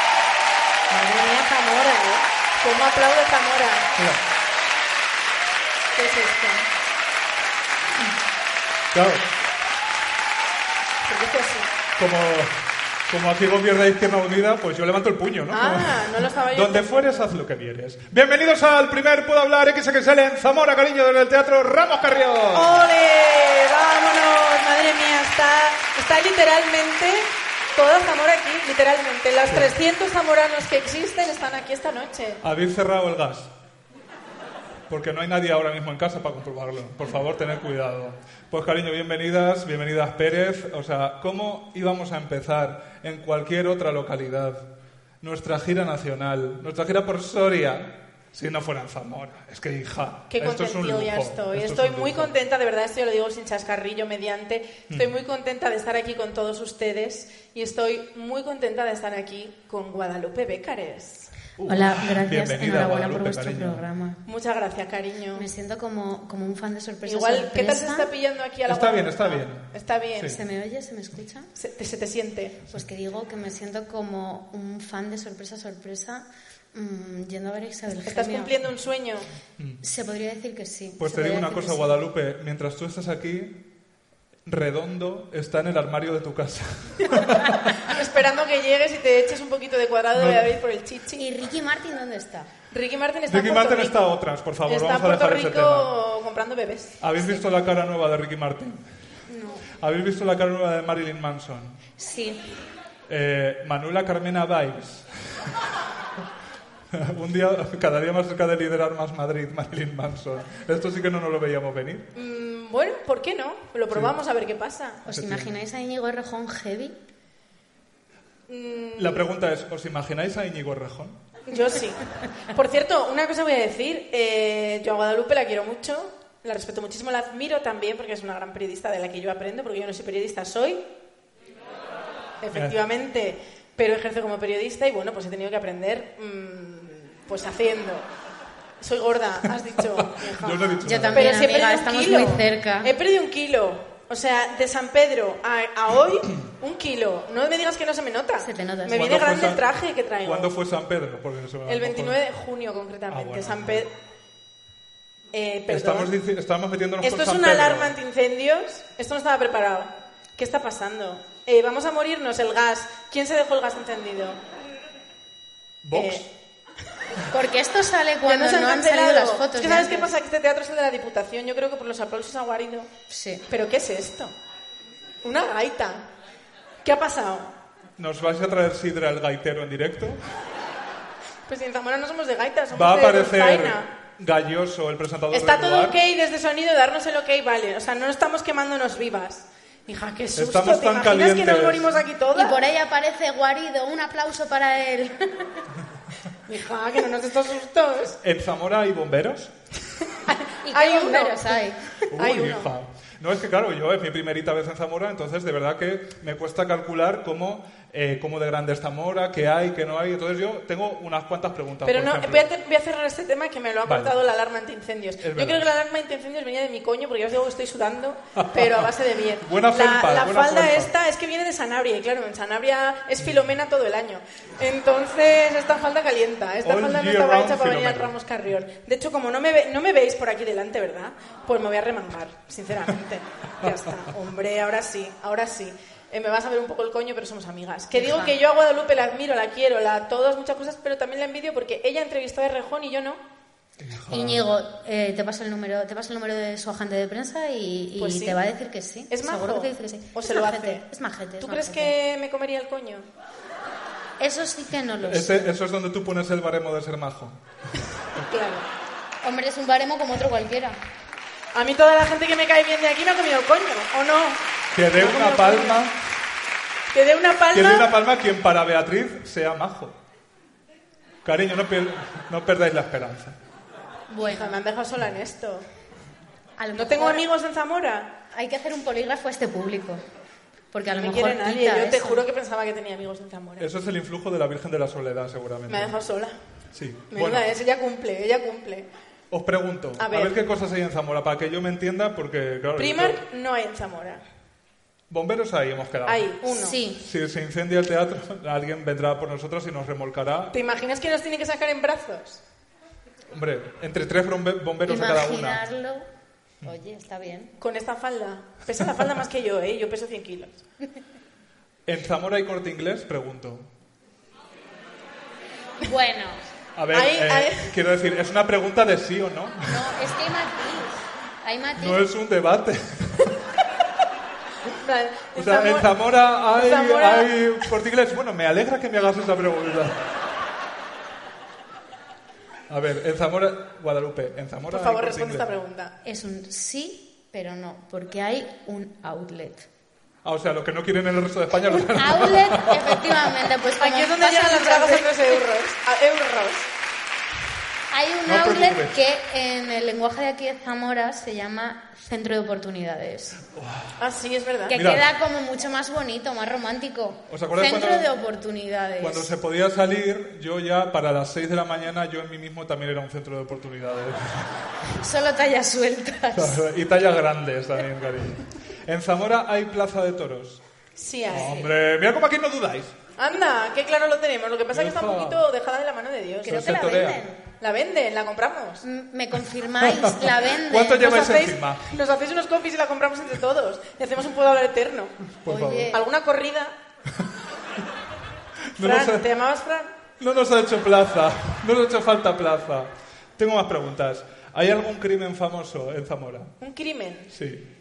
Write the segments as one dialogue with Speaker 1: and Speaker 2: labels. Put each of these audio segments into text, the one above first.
Speaker 1: Madre mía, Zamora, ¿eh? ¿Cómo aplaude Zamora? ¿Qué es esto?
Speaker 2: Claro,
Speaker 1: Se dice así.
Speaker 2: como, como aquí gobierna Izquierda Unida, pues yo levanto el puño, ¿no?
Speaker 1: Ah, no lo estaba yo.
Speaker 2: Donde fueres, haz lo que vieres. Bienvenidos al primer Puedo Hablar XXL en Zamora, cariño, desde el Teatro Ramos Carrión.
Speaker 1: ¡Ole! ¡Vámonos! Madre mía, está, está literalmente toda Zamora aquí, literalmente. Las 300 zamoranos que existen están aquí esta noche.
Speaker 2: Habéis cerrado el gas. Porque no hay nadie ahora mismo en casa para comprobarlo. Por favor, tened cuidado. Pues cariño, bienvenidas, bienvenidas Pérez. O sea, ¿cómo íbamos a empezar en cualquier otra localidad? Nuestra gira nacional, nuestra gira por Soria, si no fuera en Zamora. Es que hija,
Speaker 1: Qué
Speaker 2: esto es un
Speaker 1: contento
Speaker 2: lujo.
Speaker 1: ya estoy.
Speaker 2: Esto es
Speaker 1: estoy
Speaker 2: un
Speaker 1: muy
Speaker 2: lujo. Mm.
Speaker 1: contenta, de verdad, esto yo lo digo sin chascarrillo mediante. Estoy muy contenta de estar aquí con todos ustedes y estoy muy contenta de estar aquí con Guadalupe Bécares.
Speaker 3: Hola, gracias.
Speaker 2: bienvenida,
Speaker 3: Enhorabuena por
Speaker 2: Guadalupe,
Speaker 3: vuestro
Speaker 2: cariño.
Speaker 3: programa.
Speaker 1: Muchas gracias, cariño.
Speaker 3: Me siento como, como un fan de sorpresa.
Speaker 1: Igual, ¿qué tal se
Speaker 3: sorpresa.
Speaker 1: está pillando aquí a la
Speaker 2: Está bien,
Speaker 1: Guadalupe?
Speaker 2: está bien.
Speaker 1: Está bien.
Speaker 2: Sí.
Speaker 3: ¿Se me oye? ¿Se me escucha?
Speaker 1: Se, te, se te siente.
Speaker 3: Pues que digo que me siento como un fan de sorpresa, sorpresa, mm, yendo a ver a Isabel
Speaker 1: Estás
Speaker 3: Gemio.
Speaker 1: cumpliendo un sueño.
Speaker 3: Se podría decir que sí.
Speaker 2: Mm. Pues
Speaker 3: se
Speaker 2: te digo
Speaker 3: podría
Speaker 2: una
Speaker 3: decir que
Speaker 2: cosa,
Speaker 3: sí.
Speaker 2: Guadalupe. Mientras tú estás aquí, Redondo está en el armario de tu casa.
Speaker 1: Esperando que llegues y te eches un poquito de cuadrado de David por el chichi.
Speaker 3: ¿Y Ricky Martin dónde está?
Speaker 1: Ricky Martin está
Speaker 2: Ricky
Speaker 1: en Puerto
Speaker 2: Martin está a
Speaker 1: Rico.
Speaker 2: otras, por favor.
Speaker 1: Está
Speaker 2: vamos a
Speaker 1: en Puerto
Speaker 2: dejar ese tema.
Speaker 1: Rico comprando bebés.
Speaker 2: ¿Habéis visto la cara nueva de Ricky Martin? No. ¿Habéis visto la cara nueva de Marilyn Manson?
Speaker 3: Sí.
Speaker 2: Eh, Manuela Carmena Vibes. Un día, cada día más cerca de liderar más Madrid, Marilyn Manson. Esto sí que no nos lo veíamos venir.
Speaker 1: Mm, bueno, ¿por qué no? Lo probamos a ver qué pasa.
Speaker 3: ¿Os imagináis a Íñigo Errejón heavy?
Speaker 1: Mm.
Speaker 2: La pregunta es, ¿os imagináis a Íñigo Rejón?
Speaker 1: Yo sí. Por cierto, una cosa voy a decir. eh, yo a Guadalupe la quiero mucho, la respeto muchísimo, la admiro también porque es una gran periodista de la que yo aprendo, porque yo no soy periodista, soy. Efectivamente. Pero ejerzo como periodista y bueno, pues he tenido que aprender, mm, pues haciendo. Soy gorda, has dicho. hija.
Speaker 2: Yo no he dicho
Speaker 3: Yo
Speaker 2: nada.
Speaker 3: también,
Speaker 1: Pero si he
Speaker 3: amiga,
Speaker 1: perdido un
Speaker 3: estamos
Speaker 1: kilo.
Speaker 3: muy cerca.
Speaker 1: He perdido un kilo. O sea, de San Pedro a, a hoy, un kilo. No me digas que no se me nota.
Speaker 3: Se te nota,
Speaker 1: Me
Speaker 3: sí.
Speaker 1: viene
Speaker 2: ¿Cuándo fue
Speaker 1: grande el
Speaker 2: San-
Speaker 1: traje que traigo.
Speaker 2: ¿Cuándo fue San Pedro? Porque eso, a lo
Speaker 1: El
Speaker 2: mejor-
Speaker 1: 29 de junio, concretamente.
Speaker 2: Ah, bueno.
Speaker 1: San Pedro. Eh, perdón.
Speaker 2: Estamos, dici- estamos metiéndonos
Speaker 1: Esto
Speaker 2: con
Speaker 1: es
Speaker 2: San
Speaker 1: una
Speaker 2: Pedro.
Speaker 1: alarma antiincendios. Esto no estaba preparado. ¿Qué está pasando? Eh, vamos a morirnos, el gas. ¿Quién se dejó el gas encendido?
Speaker 2: Vox.
Speaker 1: Eh,
Speaker 3: Porque esto sale
Speaker 1: Que
Speaker 3: cuando no han salido las fotos.
Speaker 1: Es que
Speaker 3: de
Speaker 1: ¿sabes qué
Speaker 3: antes.
Speaker 1: pasa? Que este teatro es el de la Diputación. Yo creo que por los aplausos ha guarido.
Speaker 3: Sí.
Speaker 1: ¿Pero qué es esto? Una gaita. ¿Qué ha pasado?
Speaker 2: ¿Nos vais a traer Sidra el gaitero en directo?
Speaker 1: Pues en Zamora no somos de gaita, somos
Speaker 2: Va a
Speaker 1: de
Speaker 2: aparecer
Speaker 1: zaina.
Speaker 2: Galloso, el presentador
Speaker 1: Está
Speaker 2: del
Speaker 1: todo
Speaker 2: lugar.
Speaker 1: ok desde sonido, darnos el ok, vale. O sea, no estamos quemándonos vivas. Hija, qué susto.
Speaker 2: Estamos
Speaker 1: ¿Te
Speaker 2: tan
Speaker 1: imaginas que nos
Speaker 2: calientes.
Speaker 1: morimos aquí
Speaker 3: Y
Speaker 1: todas?
Speaker 3: por ahí aparece Guarido. Un aplauso para él.
Speaker 1: Hija, que no nos estos sustos.
Speaker 2: ¿En Zamora hay bomberos?
Speaker 3: y
Speaker 1: Hay
Speaker 3: qué
Speaker 1: uno.
Speaker 3: bomberos hay.
Speaker 1: Hay
Speaker 2: Uy,
Speaker 1: uno.
Speaker 2: hija. No, es que claro, yo es mi primerita vez en Zamora, entonces de verdad que me cuesta calcular cómo, eh, cómo de grande es Zamora, qué hay, qué no hay. Entonces yo tengo unas cuantas preguntas.
Speaker 1: Pero
Speaker 2: por
Speaker 1: no,
Speaker 2: ejemplo.
Speaker 1: voy a, te- voy a cerrar este tema que me lo ha
Speaker 2: Vale.
Speaker 1: cortado la alarma antiincendios. Yo
Speaker 2: verdad.
Speaker 1: creo que la alarma antiincendios venía de mi coño, porque ya os digo que estoy sudando, pero a base de bien.
Speaker 2: Buena
Speaker 1: la,
Speaker 2: felpa,
Speaker 1: la
Speaker 2: buena
Speaker 1: falda
Speaker 2: felpa.
Speaker 1: esta es que viene de Sanabria, y claro, en Sanabria es Filomena todo el año. Entonces, esta falda calienta. Esta
Speaker 2: All
Speaker 1: falda no
Speaker 2: year
Speaker 1: estaba
Speaker 2: round
Speaker 1: hecha para venir
Speaker 2: Filomena.
Speaker 1: al Ramos Carrión. De hecho, como no me, ve- no me veis por aquí delante, ¿verdad? Pues me voy a remangar, sinceramente. ya está. Hombre, ahora sí, ahora sí. Eh, me vas a ver un poco el coño, pero somos amigas. Que digo
Speaker 3: Ajá.
Speaker 1: que yo a Guadalupe la admiro, la quiero, la todas muchas cosas, pero también la envidio porque ella entrevistó a Rejón y yo no.
Speaker 3: Íñigo, eh, te paso el número, te paso el número de su agente de prensa y, y
Speaker 1: Pues sí.
Speaker 3: te va a decir que sí.
Speaker 1: ¿Es
Speaker 3: Seguro
Speaker 1: majo?
Speaker 3: que te dice que sí.
Speaker 1: ¿O
Speaker 3: es
Speaker 1: se lo
Speaker 3: majete,
Speaker 1: hace?
Speaker 3: Es majete. es
Speaker 1: ¿Tú crees
Speaker 3: majete.
Speaker 1: que me comería el coño?
Speaker 3: Eso sí que no lo sé.
Speaker 2: Ese- eso es donde tú pones el baremo de ser majo.
Speaker 1: Claro.
Speaker 3: Hombre, es un baremo como otro cualquiera.
Speaker 1: A mí toda la gente que me cae bien de aquí me ha comido el coño, ¿o no?
Speaker 2: Que dé
Speaker 1: Me ha comido
Speaker 2: una
Speaker 1: el
Speaker 2: palma,
Speaker 1: coño. Que dé una palma.
Speaker 2: que dé una palma quien para Beatriz sea majo. Cariño, no, pier- no perdáis la esperanza.
Speaker 1: Hija,
Speaker 3: Bueno,
Speaker 1: Me han dejado sola en esto.
Speaker 3: a lo
Speaker 1: No tengo
Speaker 3: mejor
Speaker 1: amigos en Zamora.
Speaker 3: Hay que hacer un polígrafo a este público. Porque a lo
Speaker 1: No me
Speaker 3: mejor.
Speaker 1: quiere nadie.
Speaker 3: quita
Speaker 1: Yo te
Speaker 3: eso.
Speaker 1: juro que pensaba que tenía amigos en Zamora.
Speaker 2: Eso es el influjo de la Virgen de la Soledad, seguramente.
Speaker 1: Me ha dejado sola.
Speaker 2: Sí.
Speaker 1: Menuda
Speaker 2: Bueno.
Speaker 1: es, ella cumple, ella cumple.
Speaker 2: Os pregunto,
Speaker 1: A
Speaker 2: a
Speaker 1: ver.
Speaker 2: ver. qué cosas hay en Zamora, para que yo me entienda, porque claro... yo creo-
Speaker 1: Primer no hay en Zamora.
Speaker 2: Bomberos ahí hemos quedado.
Speaker 1: Hay uno.
Speaker 3: Sí.
Speaker 2: Si se incendia el teatro, alguien vendrá por nosotros y nos remolcará.
Speaker 1: ¿Te imaginas que nos tiene que sacar en brazos?
Speaker 2: Hombre, entre tres bombe- bomberos a cada una.
Speaker 3: Imaginarlo. Oye, está bien.
Speaker 1: Con esta falda. Pesa la falda más que yo, ¿eh? Yo peso 100 kilos.
Speaker 2: ¿En Zamora hay corte inglés? Pregunto.
Speaker 3: Bueno,
Speaker 2: A ver,
Speaker 1: Ahí-
Speaker 2: eh,
Speaker 1: ahí-
Speaker 2: quiero decir, es una pregunta de sí o no.
Speaker 3: no, es que hay matiz. Hay matiz.
Speaker 2: No es un debate.
Speaker 1: En plan,
Speaker 2: O sea, en
Speaker 1: Zamora-
Speaker 2: Zamora hay,
Speaker 1: en Zamora-
Speaker 2: hay corte inglés. Bueno, me alegra que me hagas esa pregunta. A ver, en Zamora, Guadalupe, en Zamora.
Speaker 1: Por
Speaker 2: hay
Speaker 1: favor,
Speaker 2: Corte
Speaker 1: responde
Speaker 2: Inglés.
Speaker 1: esta pregunta.
Speaker 3: Es un sí, pero no. Porque hay un outlet.
Speaker 2: Ah, o sea, lo que no quieren en el resto de España lo
Speaker 3: Un outlet, efectivamente. Pues como
Speaker 1: Aquí es donde
Speaker 3: pasa
Speaker 1: llegan
Speaker 3: en
Speaker 1: las bragas a
Speaker 3: francés.
Speaker 1: 3 euros. A euros.
Speaker 3: Hay un
Speaker 2: No te
Speaker 3: outlet
Speaker 2: preocupes.
Speaker 3: que en el lenguaje de aquí de Zamora se llama Centro de Oportunidades.
Speaker 1: Ah, sí, es verdad.
Speaker 3: Que
Speaker 2: Mira.
Speaker 3: queda como mucho más bonito, más romántico.
Speaker 2: ¿Os acordáis
Speaker 3: Centro
Speaker 2: cuando-
Speaker 3: de Oportunidades.
Speaker 2: Cuando se podía salir, yo ya para las 6 de la mañana, yo en mí mismo también era un centro de oportunidades.
Speaker 3: Solo tallas sueltas.
Speaker 2: y tallas grandes también, cariño. En Zamora hay plaza de toros.
Speaker 1: Sí, hay.
Speaker 2: Hombre, mira cómo aquí no dudáis.
Speaker 1: Anda, qué claro lo tenemos. Lo que pasa es que está un
Speaker 2: Ojo.
Speaker 1: poquito dejada de la mano de Dios.
Speaker 3: Creo
Speaker 2: se
Speaker 3: que la
Speaker 2: torea.
Speaker 3: venden.
Speaker 1: La venden, la compramos.
Speaker 3: M- ¿Me confirmáis? La venden.
Speaker 2: ¿Cuánto
Speaker 3: Nos
Speaker 2: lleva
Speaker 1: Nos
Speaker 2: lleváis
Speaker 1: hacéis,
Speaker 2: encima.
Speaker 1: nos hacéis unos compis y la compramos entre todos. Y hacemos un pueblo hablar eterno.
Speaker 2: Por
Speaker 3: Oye.
Speaker 1: ¿Alguna corrida?
Speaker 2: favor. No nos,
Speaker 1: Fran, ¿te
Speaker 2: ha,
Speaker 1: llamabas Fran?
Speaker 2: no nos ha hecho plaza. No nos ha hecho falta plaza. Tengo más preguntas. ¿Hay algún crimen famoso en Zamora?
Speaker 1: Un crimen.
Speaker 2: Sí.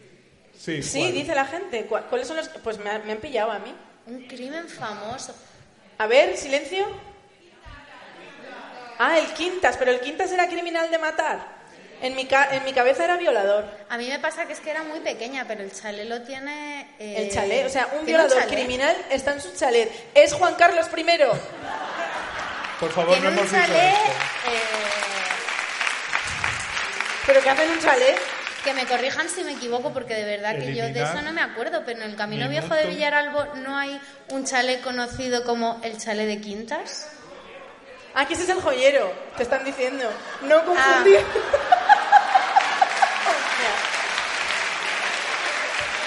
Speaker 2: Sí,
Speaker 1: Sí,
Speaker 2: ¿cuál?
Speaker 1: dice la gente. ¿Cuá- ¿Cuáles son los...? Pues me, ha- me han pillado a mí.
Speaker 3: Un crimen famoso.
Speaker 1: A ver, silencio. Ah, el Quintas. Pero el Quintas era criminal de matar. En mi, ca- en mi cabeza era violador.
Speaker 3: A mí me pasa que es que era muy pequeña, pero el chalet lo tiene. eh,
Speaker 1: El chalet, o sea, un
Speaker 3: tiene
Speaker 1: violador
Speaker 3: chalet.
Speaker 1: criminal está en su chalet. Es Juan Carlos I.
Speaker 2: Por favor,
Speaker 3: Tiene
Speaker 2: no
Speaker 3: un
Speaker 2: hemos visto
Speaker 3: chalet
Speaker 2: esto.
Speaker 3: eh,
Speaker 1: ¿Pero qué hace en un chalet?
Speaker 3: que me corrijan si me equivoco, porque de verdad que yo de
Speaker 2: Eliminar
Speaker 3: eso no me acuerdo. Pero en el Camino
Speaker 2: minuto.
Speaker 3: Viejo de Villaralbo no hay un chalet conocido como el chalet de Quintas.
Speaker 1: Ah, que ese es el joyero, te están diciendo.
Speaker 3: Ah.
Speaker 1: No confundir.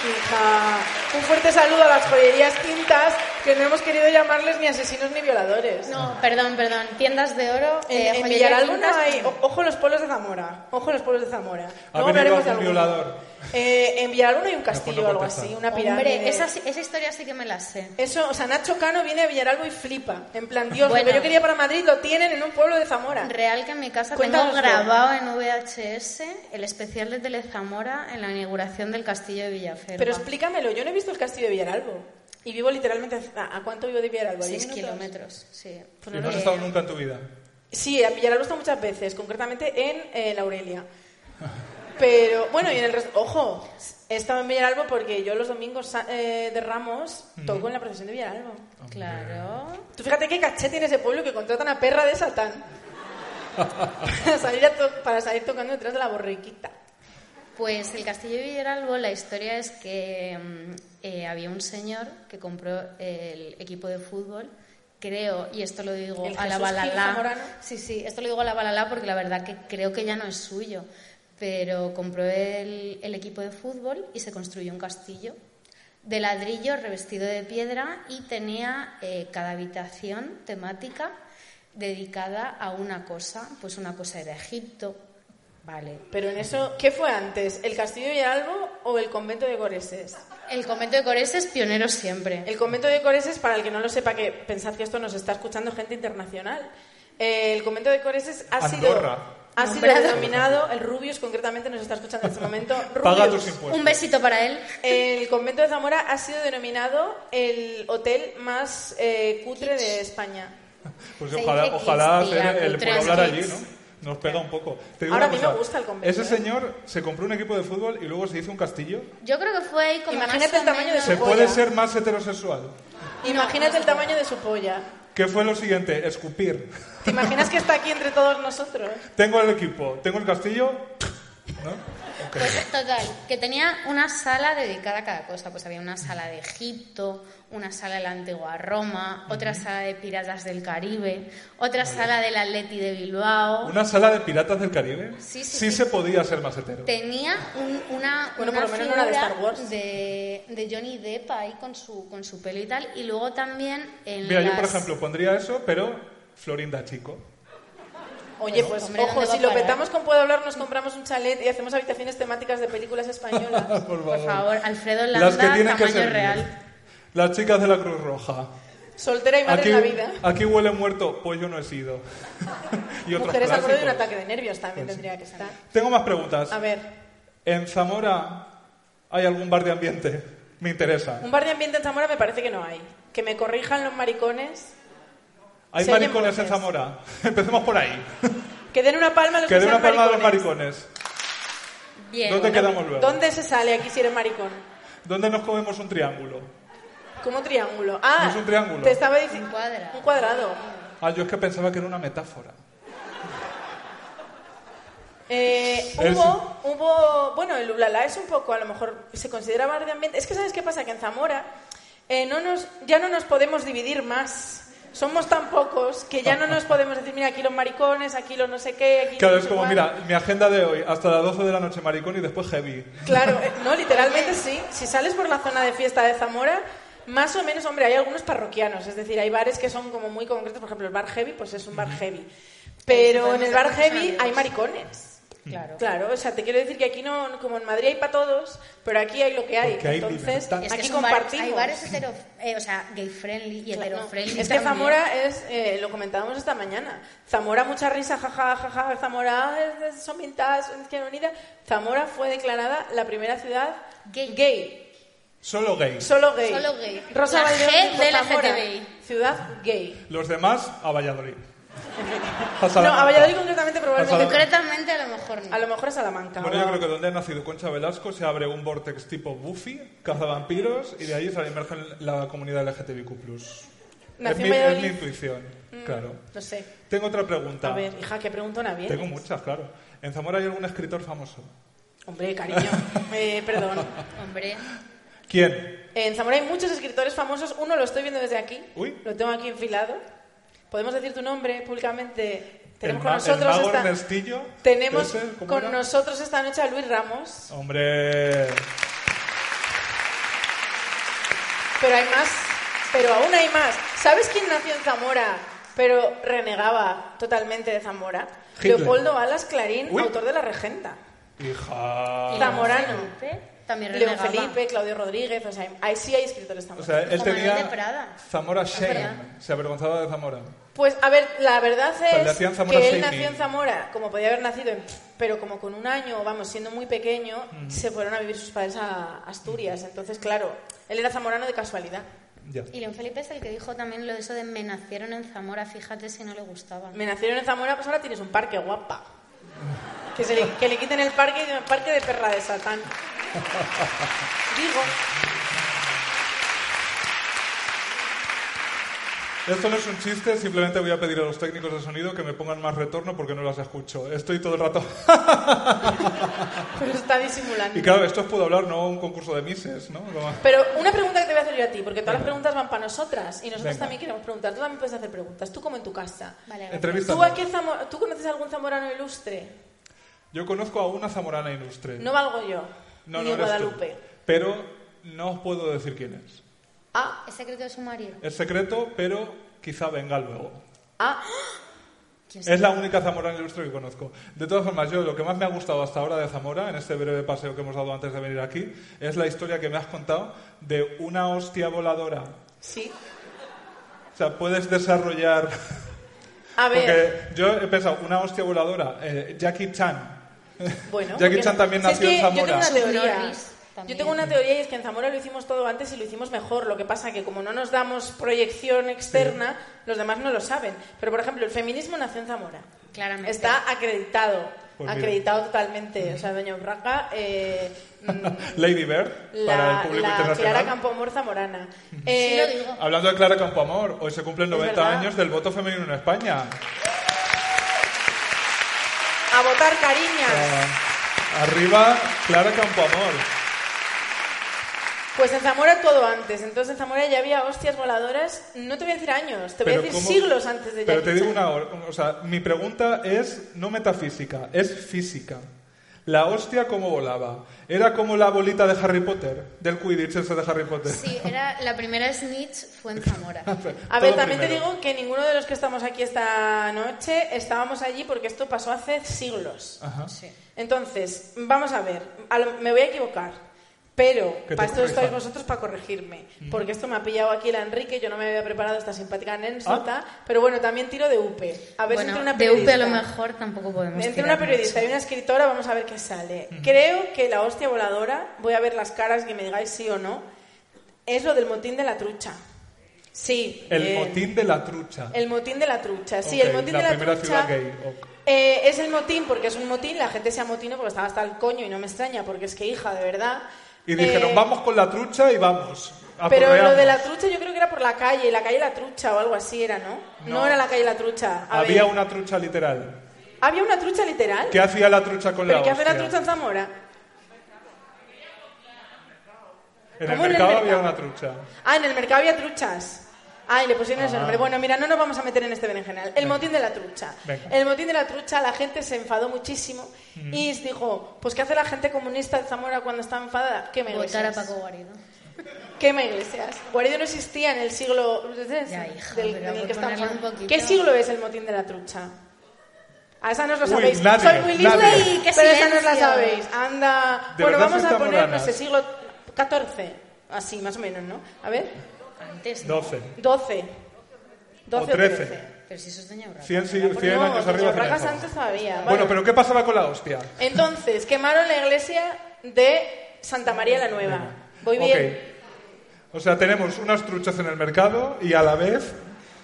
Speaker 1: Hija, un fuerte saludo a las joyerías quintas que no hemos querido llamarles ni asesinos ni violadores.
Speaker 3: No, perdón, perdón. Tiendas de oro. eh,
Speaker 1: En, en
Speaker 3: joyería
Speaker 1: Villaralbo no
Speaker 3: Quintas.
Speaker 1: hay. o- ojo los pueblos de Zamora. Ojo los pueblos de Zamora.
Speaker 2: ¿Ha
Speaker 1: Luego
Speaker 2: venido
Speaker 1: hablaremos de
Speaker 2: algún
Speaker 1: alguno.
Speaker 2: violador?
Speaker 1: Eh, en Villaralbo no hay un castillo
Speaker 2: no
Speaker 1: o algo
Speaker 2: contestar.
Speaker 1: así, una pirámide.
Speaker 3: Hombre, esa, sí- esa historia sí que me la sé.
Speaker 1: Eso, o sea, Nacho Cano viene a Villaralbo y flipa. En plan, Dios, lo que
Speaker 3: Bueno.
Speaker 1: yo quería para Madrid lo tienen en un pueblo de Zamora.
Speaker 3: Real que en mi casa
Speaker 1: Cuéntanoslo.
Speaker 3: tengo grabado en VHS el especial de Telezamora en la inauguración del castillo de Villaferma.
Speaker 1: Pero explícamelo, yo no he visto el castillo de Villaralbo. Y vivo literalmente. ¿A, a cuánto vivo de Villaralbo? ¿A
Speaker 3: 6
Speaker 1: diez minutos?
Speaker 3: kilómetros, sí.
Speaker 2: Y no has estado nunca en tu vida.
Speaker 1: Sí, a Villaralbo está muchas veces, concretamente en eh, la Aurelia. Pero bueno, y en el resto. Ojo, he estado en Villaralbo porque yo los domingos sa- eh, de Ramos toco en la procesión de Villaralbo.
Speaker 3: Claro.
Speaker 1: Tú fíjate qué caché tiene ese pueblo que contratan a perra de Satán para, salir a to- para salir tocando detrás de la borriquita.
Speaker 3: Pues el castillo de Villaralbo, la historia es que mm, eh, había un señor que compró el equipo de fútbol, creo, y esto lo digo
Speaker 1: ¿El
Speaker 3: a la
Speaker 1: Jesús Gil Zamorano?
Speaker 3: balalá. Sí, sí, esto lo digo a la balalá porque la verdad que creo que ya no es suyo. Pero compró el, el equipo de fútbol y se construyó un castillo de ladrillo revestido de piedra y tenía eh, cada habitación temática dedicada a una cosa. Pues una cosa era Egipto, vale,
Speaker 1: Pero en eso, ¿qué fue antes? ¿El castillo de Villalbo o el convento de Goreses?
Speaker 3: El convento de Corés es pionero siempre.
Speaker 1: El convento de Coreses, para el que no lo sepa, que pensad que esto nos está escuchando gente internacional. Eh, el convento de Coreses ha sido.
Speaker 2: Andorra.
Speaker 1: Ha sido
Speaker 3: nombrado.
Speaker 1: denominado, el Rubius concretamente nos está escuchando en este momento.
Speaker 2: Paga
Speaker 1: Rubius.
Speaker 2: tus impuestos.
Speaker 3: Un besito para él.
Speaker 1: El convento de Zamora ha sido denominado el hotel más eh, cutre de España.
Speaker 2: Pues
Speaker 3: Se
Speaker 2: ojalá,
Speaker 3: dice
Speaker 2: ojalá
Speaker 3: Kids, tía,
Speaker 2: hacer el
Speaker 3: cultura
Speaker 2: por hablar allí,
Speaker 3: Kids.
Speaker 2: ¿no? Nos pega un poco. Te digo
Speaker 1: Ahora
Speaker 2: una
Speaker 1: a mí
Speaker 2: cosa,
Speaker 1: me gusta el convento,
Speaker 2: Ese
Speaker 1: ¿eh?
Speaker 2: señor se compró un equipo de fútbol y luego se hizo un castillo.
Speaker 3: Yo creo que fue ahí como
Speaker 1: Imagínate
Speaker 3: más o
Speaker 1: el tamaño de
Speaker 3: menos-
Speaker 1: su
Speaker 2: ¿Se
Speaker 1: polla.
Speaker 2: puede ser más heterosexual?
Speaker 1: Imagínate el tamaño de su polla.
Speaker 2: ¿Qué fue lo siguiente? Escupir.
Speaker 1: ¿Te imaginas que está aquí entre todos nosotros?
Speaker 2: Tengo el equipo, tengo el castillo. ¿No? Ok.
Speaker 3: Pues total, que tenía una sala dedicada a cada cosa. Pues había una sala de Egipto, una sala de la antigua Roma, otra sala de piratas del Caribe, otra sala del Atleti de Bilbao.
Speaker 2: ¿Una sala de piratas del Caribe?
Speaker 3: Sí, sí, sí.
Speaker 2: se podía ser más hetero.
Speaker 3: Tenía un- una,
Speaker 1: Bueno,
Speaker 3: una
Speaker 1: por lo menos no era de
Speaker 3: figura
Speaker 1: Star Wars.
Speaker 3: de- de Johnny Depp ahí con su, con su pelo y tal. Y luego también en
Speaker 2: Mira, yo por
Speaker 3: las-
Speaker 2: ejemplo pondría eso, pero Florinda Chico.
Speaker 1: Oye, pues
Speaker 3: Hombre,
Speaker 1: ojo,
Speaker 3: ¿dónde va
Speaker 1: si
Speaker 3: a
Speaker 1: lo
Speaker 3: parar?
Speaker 1: petamos con Puedo Hablar, nos compramos un chalet y hacemos habitaciones temáticas de películas españolas.
Speaker 2: Por
Speaker 3: Por favor, Alfredo Landa,
Speaker 2: Las que tienen que
Speaker 3: tamaño
Speaker 2: ser.
Speaker 3: real.
Speaker 2: Las chicas de la Cruz Roja.
Speaker 1: Soltera y madre
Speaker 2: Aquí,
Speaker 1: en la vida.
Speaker 2: aquí huele muerto, pues yo no he sido. y otros
Speaker 1: Mujeres al borde de un
Speaker 2: clásicos. Pues
Speaker 1: ataque de nervios también tendría que estar.
Speaker 2: Tengo más preguntas.
Speaker 1: A ver,
Speaker 2: ¿En Zamora hay algún bar de ambiente? Me interesa.
Speaker 1: un bar de ambiente en Zamora me parece que no hay. Que me corrijan los maricones.
Speaker 2: ¿Hay
Speaker 1: Se oyen
Speaker 2: maricones en
Speaker 1: voces.
Speaker 2: Zamora? Empecemos por ahí.
Speaker 1: Que den una palma a los
Speaker 2: que
Speaker 1: que
Speaker 2: dé
Speaker 1: sean
Speaker 2: una palma a los
Speaker 1: maricones.
Speaker 2: maricones.
Speaker 3: Bien.
Speaker 2: ¿Dónde quedamos luego?
Speaker 1: ¿Dónde se sale aquí si eres maricón?
Speaker 2: ¿Dónde nos comemos un triángulo?
Speaker 1: Como un triángulo. Ah,
Speaker 2: No es un triángulo.
Speaker 1: Te estaba diciendo.
Speaker 3: Un cuadrado.
Speaker 1: Un cuadrado.
Speaker 2: Ah, yo es que pensaba que era una metáfora.
Speaker 1: Eh,
Speaker 2: El-
Speaker 1: hubo, hubo, bueno, el Ulala es un poco, a lo mejor se considera bar de ambiente. Es que sabes qué pasa que en Zamora eh, no nos, ya no nos podemos dividir más. Somos tan pocos que ya no nos podemos decir, mira, aquí los maricones, aquí los no sé qué, aquí
Speaker 2: Claro,
Speaker 1: no
Speaker 2: es
Speaker 1: sé
Speaker 2: como,
Speaker 1: cuál".
Speaker 2: mira, mi agenda de hoy, hasta las 12 de la noche maricón y después heavy.
Speaker 1: Claro, eh, no, literalmente sí. Si sales por la zona de fiesta de Zamora, más o menos, hombre, hay algunos parroquianos, es decir, hay bares que son como muy concretos, por ejemplo, el bar heavy, pues es un bar heavy. Pero en el bar heavy hay maricones.
Speaker 3: Claro.
Speaker 1: Claro, o sea, te quiero decir que aquí no, como en Madrid hay para todos, pero aquí hay lo que hay.
Speaker 2: Porque hay
Speaker 1: Entonces,
Speaker 2: libertad.
Speaker 3: Es que
Speaker 1: aquí
Speaker 3: son bares-
Speaker 1: compartimos.
Speaker 3: hay bares hetero, eh, o sea, gay friendly y
Speaker 1: Claro,
Speaker 3: hetero
Speaker 1: no.
Speaker 3: friendly.
Speaker 1: Es que Zamora es, eh, lo comentábamos esta mañana, Zamora mucha risa, jaja, jaja, Zamora ah, es- es- son pintadas, son izquierda unida. Zamora fue declarada la primera ciudad
Speaker 3: Gay.
Speaker 2: Solo gays.
Speaker 1: solo gay.
Speaker 3: Solo gay.
Speaker 1: Rosa
Speaker 3: La
Speaker 1: Valdeón
Speaker 3: G
Speaker 1: dijo
Speaker 3: de la
Speaker 1: Zamora,
Speaker 3: LGTBI.
Speaker 1: Ciudad gay.
Speaker 2: Los demás, a Valladolid. A
Speaker 1: No,
Speaker 2: Salamanca.
Speaker 1: a Valladolid concretamente probablemente.
Speaker 2: Salamanca.
Speaker 3: Concretamente, a lo mejor no.
Speaker 1: A lo mejor a Salamanca.
Speaker 2: Bueno, yo
Speaker 1: o a-
Speaker 2: creo que donde ha nacido Concha Velasco se abre un vortex tipo Buffy, cazavampiros, y de ahí se emerge la comunidad LGTBIQ+. Es
Speaker 1: Nació en
Speaker 2: mi, es mi
Speaker 1: Valladolid.
Speaker 2: intuición, claro.
Speaker 1: No sé.
Speaker 2: Tengo otra pregunta.
Speaker 1: Mm. A ver, hija, qué preguntona bien.
Speaker 2: Tengo muchas, claro. ¿En Zamora hay algún escritor famoso?
Speaker 1: Hombre, cariño. Eh, perdón.
Speaker 3: Hombre,
Speaker 1: Ah.
Speaker 2: ¿Quién?
Speaker 1: En Zamora hay muchos escritores famosos. Uno lo estoy viendo desde aquí.
Speaker 2: Uy.
Speaker 1: Lo tengo aquí enfilado. Podemos decir tu nombre públicamente. Tenemos
Speaker 2: el,
Speaker 1: con
Speaker 2: ma- el
Speaker 1: nosotros
Speaker 2: mago
Speaker 1: esta...
Speaker 2: Ernestillo.
Speaker 1: Tenemos
Speaker 2: ¿Ese? ¿Cómo
Speaker 1: con
Speaker 2: era?
Speaker 1: nosotros esta noche a Luis Ramos.
Speaker 2: Hombre,
Speaker 1: Pero hay más. Pero aún hay más. ¿Sabes quién nació en Zamora? Pero renegaba totalmente de Zamora.
Speaker 2: Hitler.
Speaker 1: Leopoldo Alas Clarín,
Speaker 2: Uy. Ah.
Speaker 1: autor de La Regenta.
Speaker 2: hija.
Speaker 1: Zamorano.
Speaker 3: Felipe también
Speaker 1: León
Speaker 3: renegaba.
Speaker 1: Felipe, Claudio Rodríguez, o sea, hay- ahí sí hay escritores
Speaker 2: O
Speaker 1: zamoranos.
Speaker 2: sea, él
Speaker 3: Juan
Speaker 2: tenía
Speaker 3: Manuel de Prada.
Speaker 2: Zamora Shame.
Speaker 3: verdad.
Speaker 2: Se avergonzaba de Zamora.
Speaker 1: Pues a ver, la verdad
Speaker 2: sea,
Speaker 1: es
Speaker 2: nació en Zamora
Speaker 1: que él
Speaker 2: Shaming.
Speaker 1: nació en Zamora, como podía haber nacido, en, pero como con un año, vamos, siendo muy pequeño, se fueron a vivir sus padres a Asturias. Entonces, claro, él era zamorano de casualidad.
Speaker 2: Ya.
Speaker 3: Y León Felipe es el que dijo también lo de eso de me nacieron en Zamora, fíjate si no le gustaba.
Speaker 1: Me nacieron en Zamora, pues ahora tienes un parque guapa. Que, se le, que le quiten el parque y el parque de perra de Satán. Digo,
Speaker 2: Esto no es un chiste, simplemente voy a pedir a los técnicos de sonido que me pongan más retorno porque no las escucho. Estoy todo el rato.
Speaker 1: pero está
Speaker 2: Y
Speaker 1: disimulando.
Speaker 2: claro, esto es puedo hablar, no un concurso de mises, ¿no? Como-
Speaker 1: Pero una pregunta que te voy a hacer yo a ti, porque todas las preguntas van para nosotras y nosotras
Speaker 2: Venga.
Speaker 1: también queremos preguntar. Tú también puedes hacer preguntas, tú como en tu casa.
Speaker 3: Vale, gracias.
Speaker 2: Entrevista.
Speaker 1: ¿Tú, a qué zamo- ¿Tú conoces a algún zamorano ilustre?
Speaker 2: Yo conozco a una zamorana ilustre.
Speaker 1: No valgo yo.
Speaker 2: No,
Speaker 1: ni
Speaker 2: no eres tú.
Speaker 1: Guadalupe.
Speaker 2: Pero no os puedo decir quién es.
Speaker 1: Ah,
Speaker 3: Es secreto de sumario.
Speaker 2: Es secreto, pero quizá venga luego.
Speaker 1: ah,
Speaker 3: ¿Quién
Speaker 2: Es la única zamorana ilustre que conozco. De todas formas, yo lo que más me ha gustado hasta ahora de Zamora, en este breve paseo que hemos dado antes de venir aquí, es la historia que me has contado de una hostia voladora.
Speaker 1: sí.
Speaker 2: O sea, puedes desarrollar
Speaker 1: A ver.
Speaker 2: Porque yo he pensado, una hostia voladora, eh, Jackie Chan.
Speaker 1: Bueno,
Speaker 2: Jackie
Speaker 1: porque-
Speaker 2: Chan también
Speaker 1: si es
Speaker 2: nació en
Speaker 1: que
Speaker 2: Zamora.
Speaker 1: Yo tengo una teoría.
Speaker 3: Norris
Speaker 1: Yo
Speaker 3: también.
Speaker 1: tengo una teoría y es que en Zamora lo hicimos todo antes y lo hicimos mejor. Lo que pasa que como no nos damos proyección externa, los demás no lo saben. Pero por ejemplo, el feminismo nació en Zamora.
Speaker 3: Claramente.
Speaker 1: Está acreditado,
Speaker 2: Pues mira.
Speaker 1: acreditado totalmente. O sea, Doña Urraca, eh, mm,
Speaker 2: Lady Bird, para el
Speaker 1: la,
Speaker 2: público
Speaker 1: la
Speaker 2: internacional.
Speaker 1: Clara Campoamor zamorana.
Speaker 3: Sí
Speaker 1: Eh,
Speaker 3: lo digo.
Speaker 2: Hablando de Clara Campoamor, hoy se cumplen
Speaker 1: Es
Speaker 2: 90
Speaker 1: verdad.
Speaker 2: años del voto femenino en España.
Speaker 1: A votar cariñas.
Speaker 2: Eh, arriba, Clara Campoamor.
Speaker 1: Pues en Zamora todo antes. Entonces en Zamora ya había hostias voladoras, no te voy a decir años, te voy a decir
Speaker 2: cómo-
Speaker 1: siglos antes de
Speaker 2: Pero
Speaker 1: Jackie
Speaker 2: te digo
Speaker 1: Chan.
Speaker 2: una hora, o sea, mi pregunta es no metafísica, es física. La hostia cómo volaba. Era como la bolita de Harry Potter, del Quidditch ese de Harry Potter.
Speaker 3: Sí, era, la primera snitch fue en Zamora.
Speaker 1: A ver,
Speaker 2: Todo
Speaker 1: también
Speaker 2: primero.
Speaker 1: te digo que ninguno de los que estamos aquí esta noche estábamos allí porque esto pasó hace siglos.
Speaker 2: Ajá.
Speaker 3: Sí.
Speaker 1: Entonces, vamos a ver, a lo- me voy a equivocar, pero
Speaker 2: te
Speaker 1: para esto estáis
Speaker 2: corrijan.
Speaker 1: vosotros para corregirme, porque esto me ha pillado aquí la Enrique, yo no me había preparado esta simpática anécdota,
Speaker 2: Ah.
Speaker 1: pero bueno, también tiro de UPE. A ver si
Speaker 3: bueno,
Speaker 1: entre una
Speaker 3: de UP
Speaker 1: periodista.
Speaker 3: a lo mejor tampoco podemos
Speaker 1: Entre
Speaker 3: tirar
Speaker 1: una
Speaker 3: mucho.
Speaker 1: periodista y una escritora, vamos a ver qué sale. Creo que la hostia voladora, voy a ver las caras que me digáis sí o no, es lo del motín de la trucha. Sí.
Speaker 2: El
Speaker 1: bien.
Speaker 2: motín de la trucha.
Speaker 1: El motín de la trucha, sí,
Speaker 2: Ok,
Speaker 1: el motín
Speaker 2: la
Speaker 1: de la
Speaker 2: primera
Speaker 1: trucha.
Speaker 2: ciudad gay, ok.
Speaker 1: eh, es el motín porque es un motín, la gente se amotinó porque estaba hasta el coño y no me extraña porque es que hija, de verdad.
Speaker 2: Y dijeron,
Speaker 1: Eh,
Speaker 2: vamos con la trucha y vamos.
Speaker 1: Pero lo
Speaker 2: aporreamos".
Speaker 1: de la trucha yo creo que era por la calle, la calle La Trucha o algo así era, ¿no? No,
Speaker 2: No.
Speaker 1: era la calle La Trucha. A
Speaker 2: Había
Speaker 1: ver.
Speaker 2: una trucha literal.
Speaker 1: Había una trucha literal.
Speaker 2: ¿Qué hacía la trucha con
Speaker 1: ¿Pero
Speaker 2: la
Speaker 1: qué hace la
Speaker 2: hostia?
Speaker 1: trucha en Zamora?
Speaker 2: En el
Speaker 1: ¿Cómo en el
Speaker 2: mercado había
Speaker 1: mercado?
Speaker 2: una trucha.
Speaker 1: Ah, en el mercado había truchas. Ah, y le pusieron ese nombre. Bueno, mira, no nos vamos a meter en este berenjenal. El motín de la trucha.
Speaker 2: Venga.
Speaker 1: El motín de la trucha, la gente se enfadó muchísimo y dijo, pues ¿qué hace la gente comunista de Zamora cuando está enfadada? Quema
Speaker 3: Votar a
Speaker 1: iglesias.
Speaker 3: Paco Guarido.
Speaker 1: Quema iglesias. Guarido no existía en el siglo
Speaker 3: Ya, hija,
Speaker 1: del, en
Speaker 3: pero
Speaker 1: el
Speaker 3: por
Speaker 1: que estamos.
Speaker 3: ponerle un poquito.
Speaker 1: ¿Qué siglo es el motín de la trucha? A esa no os lo
Speaker 2: Uy,
Speaker 1: sabéis.
Speaker 2: nadie,
Speaker 1: Soy muy lista,
Speaker 2: nadie.
Speaker 3: Uy, qué
Speaker 1: pero esa no os la
Speaker 3: silencio.
Speaker 1: sabéis. Anda.
Speaker 2: De
Speaker 1: bueno,
Speaker 2: verdad
Speaker 1: vamos
Speaker 2: sois
Speaker 1: a poner, no
Speaker 2: zamoranas.
Speaker 1: sé, siglo XIV. Así, más o menos, ¿no? A ver.
Speaker 3: Antes, ¿no?
Speaker 2: 12.
Speaker 1: 12. 12 o
Speaker 2: 13.
Speaker 1: 13.
Speaker 3: Pero si eso es Doña Urraca.
Speaker 2: 100,
Speaker 3: Era por-
Speaker 2: 100
Speaker 1: no,
Speaker 2: años
Speaker 1: los
Speaker 2: arriba.
Speaker 1: Urracas
Speaker 2: cien años.
Speaker 1: antes todavía.
Speaker 2: Bueno,
Speaker 1: Vale.
Speaker 2: pero ¿qué pasaba con la hostia?
Speaker 1: Entonces, quemaron la iglesia de Santa María la Nueva. Voy
Speaker 2: Ok.
Speaker 1: bien.
Speaker 2: O sea, tenemos unas truchas en el mercado y a la vez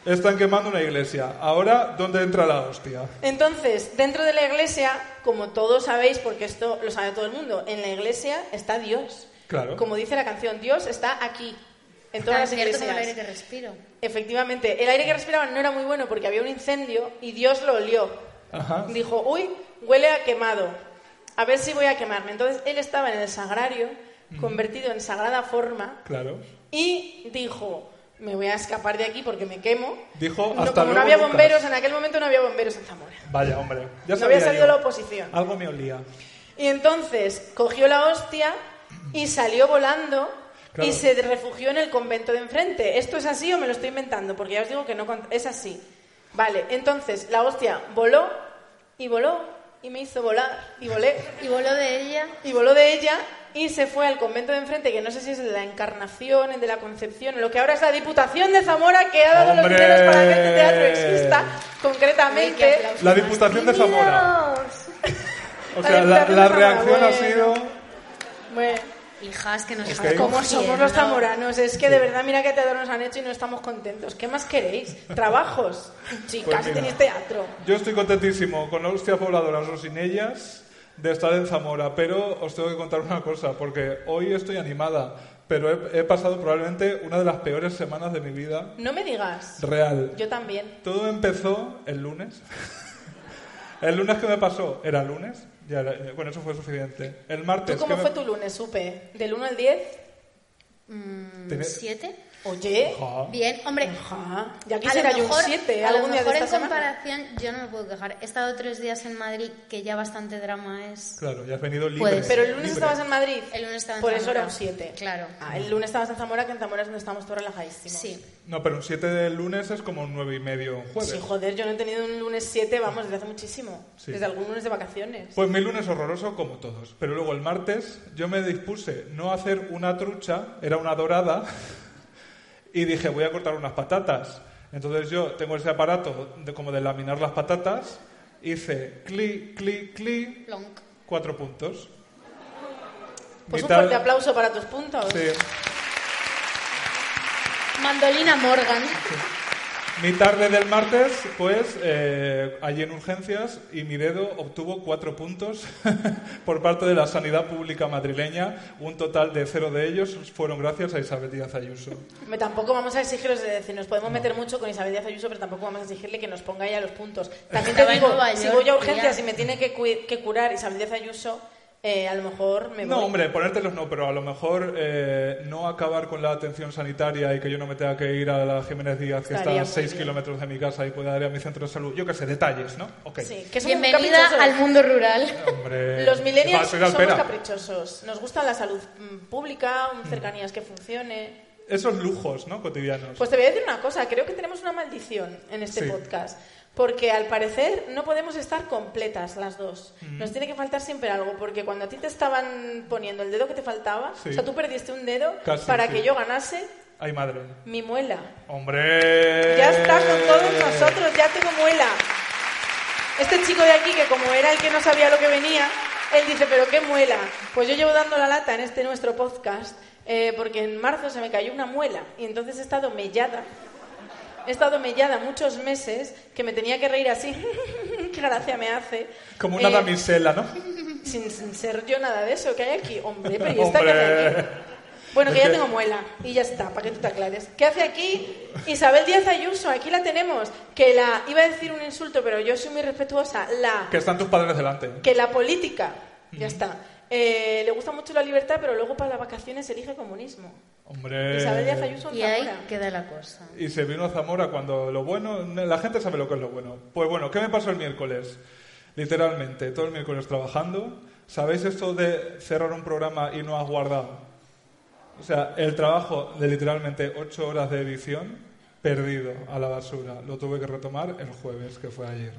Speaker 2: están quemando una iglesia. Ahora, ¿dónde entra la hostia?
Speaker 1: Entonces, dentro de la iglesia, como todos sabéis, porque esto lo sabe todo el mundo, en la iglesia está Dios.
Speaker 2: Claro.
Speaker 1: Como dice la canción, Dios está aquí. En todas
Speaker 3: Tan
Speaker 1: las
Speaker 3: cierto como el aire
Speaker 1: iglesias.
Speaker 3: que respiro.
Speaker 1: Efectivamente, el aire que respiraban no era muy bueno porque había un incendio y Dios lo olió.
Speaker 2: Ajá.
Speaker 1: Dijo, uy, huele a quemado. A ver si voy a quemarme. Entonces él estaba en el sagrario, convertido en sagrada forma,
Speaker 2: Claro.
Speaker 1: y dijo, me voy a escapar de aquí porque me quemo.
Speaker 2: Dijo,
Speaker 1: No,
Speaker 2: hasta
Speaker 1: como
Speaker 2: luego,
Speaker 1: no había
Speaker 2: Lucas.
Speaker 1: bomberos, en aquel momento no había bomberos en Zamora.
Speaker 2: Vaya, hombre. Ya
Speaker 1: No había
Speaker 2: sabía
Speaker 1: salido
Speaker 2: yo.
Speaker 1: la oposición.
Speaker 2: Algo me olía.
Speaker 1: Y entonces cogió la hostia y salió volando
Speaker 2: Claro.
Speaker 1: y se refugió en el convento de enfrente. ¿Esto es así o me lo estoy inventando? Porque ya os digo que no cont- es así. Vale, entonces la hostia voló y voló y me hizo volar y volé
Speaker 3: Y voló de ella.
Speaker 1: y voló de ella y se fue al convento de enfrente, que no sé si es la Encarnación, el de la Concepción, o lo que ahora es la Diputación de Zamora, que ha dado
Speaker 2: ¡Hombre!
Speaker 1: los dineros para que este teatro exista,
Speaker 3: Ay, qué
Speaker 1: concretamente.
Speaker 3: aplauso
Speaker 2: La
Speaker 3: más.
Speaker 2: Diputación de Zamora. O
Speaker 1: La
Speaker 2: sea, la,
Speaker 1: Diputación
Speaker 2: la
Speaker 1: de Zamora,
Speaker 2: reacción ha
Speaker 1: bueno.
Speaker 2: sido...
Speaker 1: Bueno.
Speaker 3: Hijas que nos
Speaker 2: Es
Speaker 3: están
Speaker 2: que-
Speaker 1: Como somos los
Speaker 3: cogiendo.
Speaker 1: zamoranos, es que de verdad mira qué teatro nos han hecho y no estamos contentos. ¿Qué más queréis? Trabajos. Chicas,
Speaker 2: Pues mira.
Speaker 1: tenéis teatro.
Speaker 2: Yo estoy contentísimo con hostias voladoras o sin ellas de estar en Zamora, pero os tengo que contar una cosa, porque hoy estoy animada, pero he, he pasado probablemente una de las peores semanas de mi vida
Speaker 1: No me digas.
Speaker 2: real.
Speaker 1: Yo también.
Speaker 2: Todo empezó el lunes. el lunes que me pasó, era lunes, ya era- eh, bueno, eso fue suficiente. El martes...
Speaker 1: ¿Tú cómo
Speaker 2: que
Speaker 1: fue
Speaker 2: me-
Speaker 1: tu lunes, supe? ¿Del 1 al 10?
Speaker 2: Tenía-
Speaker 3: Mm, ¿Siete?
Speaker 1: Oye.
Speaker 2: Ojo.
Speaker 3: Bien, hombre.
Speaker 1: Ajá. Ya
Speaker 3: a
Speaker 1: quisiera
Speaker 3: lo
Speaker 1: yo un
Speaker 3: mejor-
Speaker 1: 7
Speaker 3: a lo
Speaker 1: algún día de
Speaker 3: mejor
Speaker 1: esta
Speaker 3: en
Speaker 1: semana.
Speaker 3: comparación, yo no me puedo quejar. He estado tres días en Madrid, que ya bastante drama es.
Speaker 2: Claro, ya has venido libre.
Speaker 3: Puede ser.
Speaker 1: Pues, Pero el lunes
Speaker 2: libre.
Speaker 1: estabas en Madrid.
Speaker 3: El lunes estaba en
Speaker 1: Por eso
Speaker 3: Zamora.
Speaker 1: era un 7.
Speaker 3: Claro.
Speaker 1: Ah, el lunes estabas en Zamora, que en Zamora es donde estamos todos relajadísimos.
Speaker 3: Sí.
Speaker 2: No, pero un 7 del lunes es como un 9 y medio un jueves.
Speaker 1: Sí, joder, yo no he tenido un lunes 7, vamos, desde hace muchísimo.
Speaker 2: Sí.
Speaker 1: Desde algún lunes de vacaciones.
Speaker 2: Pues mi lunes horroroso como todos. Pero luego el martes yo me dispuse no a hacer una trucha, era una dorada, y dije voy a cortar unas patatas. Entonces yo tengo ese aparato de, como de laminar las patatas, hice cli, cli, cli,
Speaker 3: Plonk.
Speaker 2: cuatro puntos.
Speaker 1: Pues un
Speaker 2: Mitad-
Speaker 1: fuerte aplauso para tus puntos.
Speaker 2: Sí.
Speaker 3: Mandolina Morgan.
Speaker 2: Mi tarde del martes, pues, eh, allí en urgencias y mi dedo obtuvo cuatro puntos por parte de la sanidad pública madrileña. Un total de cero de ellos fueron gracias a Isabel Díaz Ayuso.
Speaker 1: Me- Tampoco vamos a exigirles de decir, nos podemos meter mucho con Isabel Díaz Ayuso, pero tampoco vamos a exigirle que nos ponga ella los puntos. También te
Speaker 3: Pues Estaba en
Speaker 1: digo,
Speaker 3: Nueva
Speaker 1: si
Speaker 3: York,
Speaker 1: voy a
Speaker 3: tía.
Speaker 1: urgencias y me tiene que, cu- que curar Isabel Díaz Ayuso, eh, a lo mejor me
Speaker 2: No,
Speaker 1: voy.
Speaker 2: hombre, ponértelos no, pero a lo mejor eh, no acabar con la atención sanitaria y que yo no me tenga que ir a la Jiménez Díaz, que
Speaker 1: Estaría
Speaker 2: está a
Speaker 1: muy
Speaker 2: 6
Speaker 1: bien.
Speaker 2: kilómetros de mi casa y pueda ir a mi centro de salud. Yo qué sé, detalles, ¿no? Ok.
Speaker 1: Sí, que somos muy
Speaker 3: Bienvenida
Speaker 1: caprichosos.
Speaker 3: al mundo rural. Eh,
Speaker 2: Hombre,
Speaker 1: Los
Speaker 2: va,
Speaker 1: millennials
Speaker 2: soy de
Speaker 1: somos
Speaker 2: Alpera.
Speaker 1: caprichosos. Nos gusta la salud mm, pública, mm, cercanías que funcione.
Speaker 2: Esos lujos, ¿no? Cotidianos.
Speaker 1: Pues te voy a decir una cosa, creo que tenemos una maldición en este
Speaker 2: Sí.
Speaker 1: podcast, porque al parecer no podemos estar completas las dos.
Speaker 2: Mm.
Speaker 1: Nos tiene que faltar siempre algo, porque cuando a ti te estaban poniendo el dedo que te faltaba,
Speaker 2: Sí.
Speaker 1: o sea, tú perdiste un dedo
Speaker 2: Casi,
Speaker 1: para
Speaker 2: sí.
Speaker 1: que yo ganase
Speaker 2: Ay, madre.
Speaker 1: mi muela.
Speaker 2: Hombre.
Speaker 1: Ya está con todos nosotros, ya tengo muela. Este chico de aquí, que como era el que no sabía lo que venía, él dice, pero qué muela. Pues yo llevo dando la lata en este nuestro podcast, eh, porque en marzo se me cayó una muela y entonces he estado mellada. He estado mellada muchos meses, que me tenía que reír así, qué gracia me hace.
Speaker 2: Como una
Speaker 1: Eh,
Speaker 2: damisela, ¿no?
Speaker 1: Sin, sin ser yo nada de eso, que hay aquí? Hombre, periodista,
Speaker 2: Hombre.
Speaker 1: ¿qué hace aquí? Bueno, que
Speaker 2: Es
Speaker 1: ya
Speaker 2: que-
Speaker 1: tengo muela y ya está, para que tú te aclares. ¿Qué hace aquí Isabel Díaz Ayuso? Aquí la tenemos. Que la, iba a decir un insulto, pero yo soy muy respetuosa, la,
Speaker 2: Que están tus padres delante.
Speaker 1: que la política, ya está, eh, le gusta mucho la libertad, pero luego para las vacaciones elige comunismo.
Speaker 2: Hombre.
Speaker 1: Isabel Díaz Ayuso en
Speaker 3: Y ahí
Speaker 1: Zamora.
Speaker 3: queda la cosa.
Speaker 2: Y se vino a Zamora cuando lo bueno, la gente sabe lo que es lo bueno. Pues bueno, ¿qué me pasó el miércoles? Literalmente, todo el miércoles trabajando. ¿Sabéis esto de cerrar un programa y no has guardado? O sea, el trabajo de literalmente ocho horas de edición perdido a la basura. Lo tuve que retomar el jueves, que fue ayer.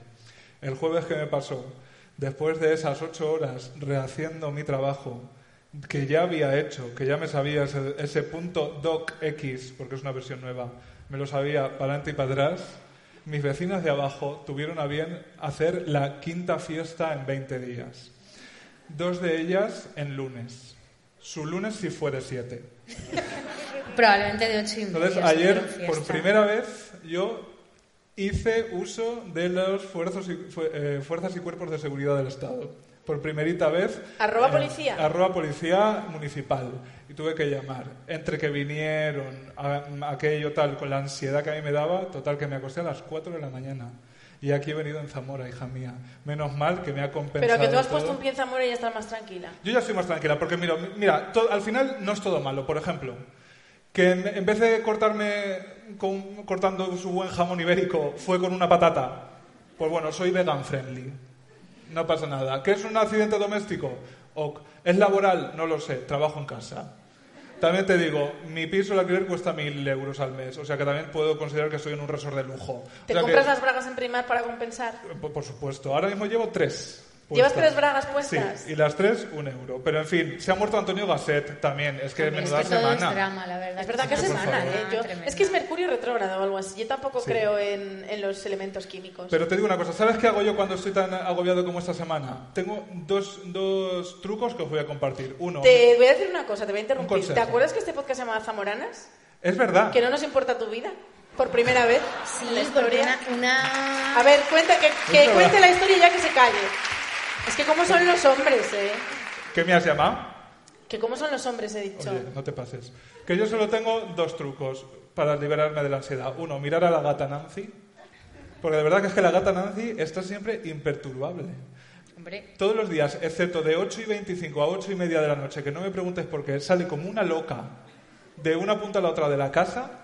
Speaker 2: El jueves que me pasó, después de esas ocho horas rehaciendo mi trabajo, que ya había hecho, que ya me sabía ese, ese punto docx, porque es una versión nueva, me lo sabía para adelante y para atrás, mis vecinas de abajo tuvieron a bien hacer la quinta fiesta en 20 días. Dos de ellas en lunes. Su lunes si fuera siete.
Speaker 3: Probablemente de ocho y media.
Speaker 2: Entonces,
Speaker 3: si fuera
Speaker 2: ayer,
Speaker 3: fiesta.
Speaker 2: por primera vez, yo hice uso de los fuerzos y- fue- eh, fuerzas y cuerpos de seguridad del Estado. Por primerita vez. eh,
Speaker 1: Arroba policía.
Speaker 2: Arroba policía municipal. Y tuve que llamar. Entre que vinieron, a- aquello tal, con la ansiedad que a mí me daba, total que me acosté a las 4 de la mañana. Y aquí he venido en Zamora, hija mía. Menos mal que me ha compensado.
Speaker 1: Pero que tú has
Speaker 2: todo.
Speaker 1: puesto un pie en Zamora y ya estás más tranquila.
Speaker 2: Yo ya estoy más tranquila, porque mira, mira to- al final no es todo malo. Por ejemplo, que en, en vez de cortarme con- cortando su buen jamón ibérico, fue con una patata. Pues bueno, soy vegan friendly. No pasa nada. ¿Que es un accidente doméstico? Ok. ¿Es laboral? No lo sé. Trabajo en casa. También te digo, mi piso, el alquiler cuesta mil euros al mes. O sea que también puedo considerar que soy en un resort de lujo.
Speaker 1: ¿Te
Speaker 2: O sea que-
Speaker 1: compras las bragas en primar para compensar?
Speaker 2: por, por supuesto, ahora mismo llevo tres.
Speaker 1: ¿Llevas
Speaker 2: puestas.
Speaker 1: tres bragas puestas?
Speaker 2: Sí, y las tres, un euro. Pero en fin, se ha muerto Antonio Gasset también. Es que
Speaker 3: Hombre, es
Speaker 2: menuda
Speaker 3: que todo es
Speaker 2: semana.
Speaker 3: drama, la verdad.
Speaker 1: Es verdad que
Speaker 3: es
Speaker 1: es
Speaker 3: una
Speaker 1: semana, ¿eh? Yo-
Speaker 3: tremenda.
Speaker 1: es que es Mercurio retrógrado o algo así. Yo tampoco
Speaker 2: Sí.
Speaker 1: creo en, en los elementos químicos.
Speaker 2: Pero te digo una cosa, ¿sabes qué hago yo cuando estoy tan agobiado como esta semana? Tengo dos, dos trucos que os voy a compartir. Uno,
Speaker 1: Te voy a decir una cosa, te voy a
Speaker 2: Un
Speaker 1: interrumpir.
Speaker 2: consejo.
Speaker 1: ¿Te acuerdas que este podcast se llamaba Zamoranas?
Speaker 2: es verdad.
Speaker 1: Que no nos importa tu vida. Por primera vez.
Speaker 3: Sí,
Speaker 1: en la
Speaker 3: porque
Speaker 1: historia.
Speaker 3: una, una-
Speaker 1: A ver, cuenta, que, que
Speaker 2: verdad.
Speaker 1: cuente la historia ya que se calle. Es que cómo son los hombres, ¿eh?
Speaker 2: ¿Qué me has llamado?
Speaker 1: Que cómo son los hombres, he dicho.
Speaker 2: Oye, no te pases. Que yo solo tengo dos trucos para liberarme de la ansiedad. Uno, mirar a la gata Nancy. Porque de verdad que es que la gata Nancy está siempre imperturbable.
Speaker 3: Hombre,
Speaker 2: Todos los días, excepto de 8 y 25 a 8 y media de la noche, que no me preguntes por qué, sale como una loca de una punta a la otra de la casa,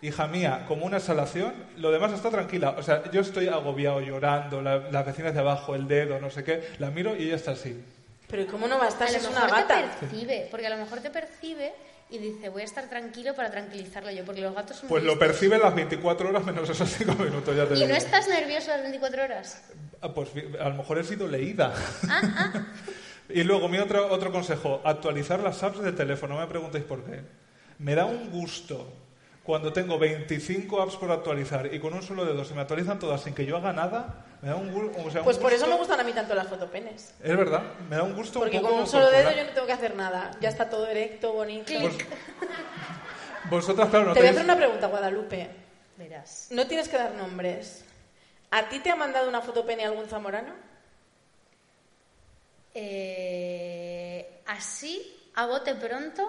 Speaker 2: hija mía, como una exhalación, lo demás está tranquila. O sea, yo estoy agobiado, llorando, la- las vecinas de abajo, el dedo, no sé qué, la miro y ella está así.
Speaker 1: Pero ¿y cómo no va a estar
Speaker 3: a
Speaker 1: si
Speaker 3: lo
Speaker 1: es una
Speaker 3: mejor
Speaker 1: gata?
Speaker 3: te percibe, porque a lo mejor te percibe y dice, voy a estar tranquilo para tranquilizarla yo, porque los gatos son
Speaker 2: Pues
Speaker 3: muy
Speaker 2: lo
Speaker 3: listos.
Speaker 2: percibe las 24 horas menos esos 5 minutos, ya te
Speaker 3: ¿Y
Speaker 2: digo.
Speaker 3: no estás nervioso las 24 horas?
Speaker 2: Ah, Pues fi- a lo mejor he sido leída.
Speaker 3: Ah, ah.
Speaker 2: Y luego, mi otro, otro consejo, actualizar las apps de teléfono, no me preguntéis por qué. Me da un gusto cuando tengo 25 apps por actualizar y con un solo dedo se me actualizan todas sin que yo haga nada, me da un, gu- o sea, un
Speaker 1: Pues por eso
Speaker 2: gusto-
Speaker 1: me gustan a mí tanto las fotopenes.
Speaker 2: Es verdad, me da un gusto
Speaker 1: Porque
Speaker 2: un
Speaker 1: con
Speaker 2: poco
Speaker 1: un solo dedo
Speaker 2: corporal.
Speaker 1: yo no tengo que hacer nada. Ya está todo directo, bonito.
Speaker 3: Clic.
Speaker 2: Pues Vosotras, claro, no
Speaker 1: Te voy a
Speaker 2: tenéis...
Speaker 1: hacer una pregunta, Guadalupe.
Speaker 3: Verás.
Speaker 1: No tienes que dar nombres. ¿A ti te ha mandado una fotopene algún zamorano?
Speaker 3: Eh, así, a bote pronto,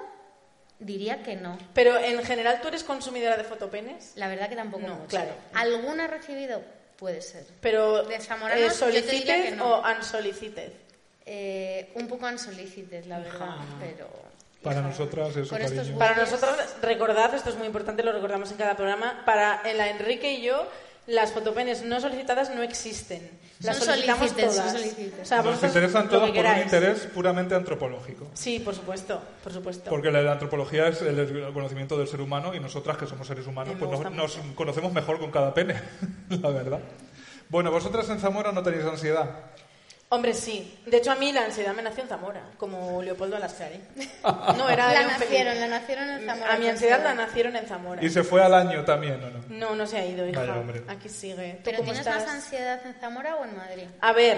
Speaker 3: diría que no.
Speaker 1: Pero en general tú eres consumidora de fotopenes.
Speaker 3: La verdad que tampoco
Speaker 1: No,
Speaker 3: mucho.
Speaker 1: claro.
Speaker 3: ¿Alguna he recibido? Puede ser.
Speaker 1: Pero
Speaker 3: De zamoranos, yo te diría
Speaker 1: solicited
Speaker 3: que no.
Speaker 1: o unsolicited.
Speaker 3: Eh, un poco unsolicited, la verdad, pero...
Speaker 2: Para
Speaker 3: hija,
Speaker 2: nosotras eso,
Speaker 3: con estos
Speaker 2: cariño.
Speaker 1: Para
Speaker 3: bueyes-
Speaker 1: nosotros, recordad, esto es muy importante, lo recordamos en cada programa, para en la Enrique y yo, las fotopenes no solicitadas no existen. Las
Speaker 3: Son
Speaker 1: solicitamos
Speaker 3: solicites,
Speaker 1: todas.
Speaker 3: son solicites.
Speaker 2: Nos
Speaker 1: vosotros
Speaker 2: interesan
Speaker 1: lo
Speaker 2: todas
Speaker 1: que
Speaker 2: por un
Speaker 1: queráis.
Speaker 2: interés puramente antropológico.
Speaker 1: Sí, por supuesto, por supuesto.
Speaker 2: Porque la, la antropología es el, el conocimiento del ser humano y nosotras que somos seres humanos
Speaker 1: Me
Speaker 2: pues nos,
Speaker 1: gusta
Speaker 2: nos conocemos mejor con cada pene, la verdad. Bueno, vosotras en Zamora no tenéis ansiedad.
Speaker 1: Hombre, sí. De hecho, a mí la ansiedad me nació en Zamora, como Leopoldo Alascari. No, era
Speaker 3: La
Speaker 1: era un pelín.
Speaker 3: nacieron, la nacieron en Zamora.
Speaker 1: A mi ansiedad la nacieron en Zamora.
Speaker 2: Y se fue al año también, ¿o no?
Speaker 1: No, no se ha ido, hija.
Speaker 2: Vaya, hombre.
Speaker 1: Aquí sigue. ¿Tú
Speaker 3: ¿Pero
Speaker 1: cómo
Speaker 3: tienes
Speaker 1: estás?
Speaker 3: más ansiedad en Zamora o en Madrid?
Speaker 1: A ver,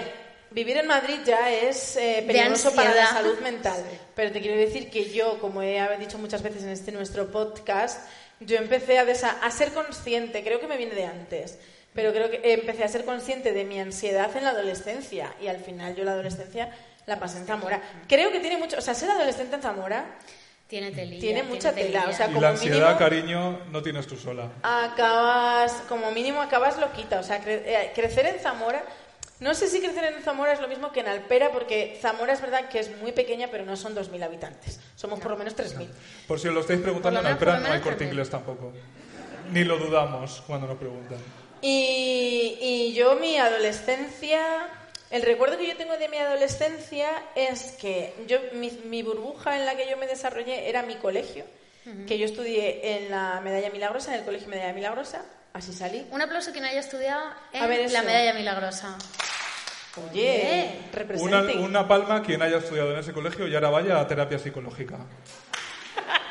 Speaker 1: vivir en Madrid ya es eh, peligroso para la
Speaker 3: ansiedad.
Speaker 1: salud mental. Pero te quiero decir que yo, como he dicho muchas veces en este nuestro podcast, yo empecé a, desa- a ser consciente, creo que me viene de antes, pero creo que empecé a ser consciente de mi ansiedad en la adolescencia. Y al final yo la adolescencia la pasé en Zamora. Creo que tiene mucho, o sea, ser adolescente en Zamora
Speaker 3: Tiene telilla.
Speaker 1: Tiene mucha tela, o sea,
Speaker 2: Y
Speaker 1: como
Speaker 2: la ansiedad,
Speaker 1: mínimo-
Speaker 2: cariño, no tienes tú sola.
Speaker 1: acabas, como mínimo acabas loquita. O sea, cre- eh, crecer en Zamora, no sé si crecer en Zamora es lo mismo que en Alpera, porque Zamora es verdad que es muy pequeña, pero no son 2.000 habitantes. Somos por lo menos 3.000.
Speaker 2: Por si os lo estáis preguntando, en
Speaker 3: Por lo menos- por
Speaker 2: Alpera
Speaker 3: lo
Speaker 2: no hay
Speaker 3: menos
Speaker 2: corte
Speaker 3: también.
Speaker 2: inglés tampoco. Ni lo dudamos cuando nos preguntan.
Speaker 1: Y, y yo mi adolescencia, el recuerdo que yo tengo de mi adolescencia es que yo mi, mi burbuja en la que yo me desarrollé era mi colegio, que yo estudié en la Medalla Milagrosa, en el Colegio Medalla Milagrosa, así salí.
Speaker 3: Un aplauso quien haya estudiado en
Speaker 1: A ver eso.
Speaker 3: la medalla milagrosa.
Speaker 1: Oye,
Speaker 3: Una-
Speaker 2: Una,
Speaker 1: representing.
Speaker 2: una palma quien haya estudiado en ese colegio y ahora vaya a terapia psicológica.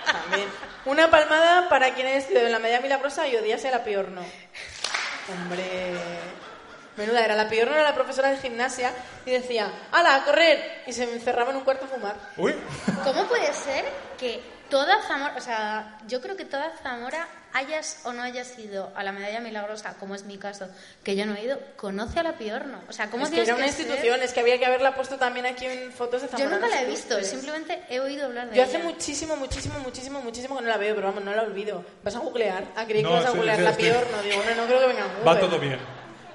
Speaker 1: También. Una palmada para quien haya estudiado en la media milagrosa y odiase a la piorno. Hombre. Menuda era. La piorno era la profesora de gimnasia y decía, ¡Hala, a correr! Y se me encerraba en un cuarto a fumar.
Speaker 2: Uy,
Speaker 3: ¿Cómo puede ser que toda Zamora, o sea, yo creo que toda Zamora, hayas o no hayas ido a la medalla milagrosa, como es mi caso, que yo no he ido, conoce a la Piorno? O sea, ¿cómo
Speaker 1: es que
Speaker 3: tienes
Speaker 1: era una
Speaker 3: que ser?
Speaker 1: institución, es que había que haberla puesto también aquí en fotos de
Speaker 3: Yo
Speaker 1: Zamora. no
Speaker 3: nunca la
Speaker 1: sé
Speaker 3: he
Speaker 1: qué
Speaker 3: visto,
Speaker 1: ustedes.
Speaker 3: simplemente he oído hablar de
Speaker 1: Yo
Speaker 3: ella.
Speaker 1: hace muchísimo, muchísimo, muchísimo, muchísimo que no la veo, pero vamos, no la olvido. ¿Vas a googlear? Ah, creí que
Speaker 2: No,
Speaker 1: vas a
Speaker 2: sí,
Speaker 1: googlear
Speaker 2: sí,
Speaker 1: la
Speaker 2: estoy-
Speaker 1: piorno. Digo, no, no creo que venga a Google.
Speaker 2: va todo bien.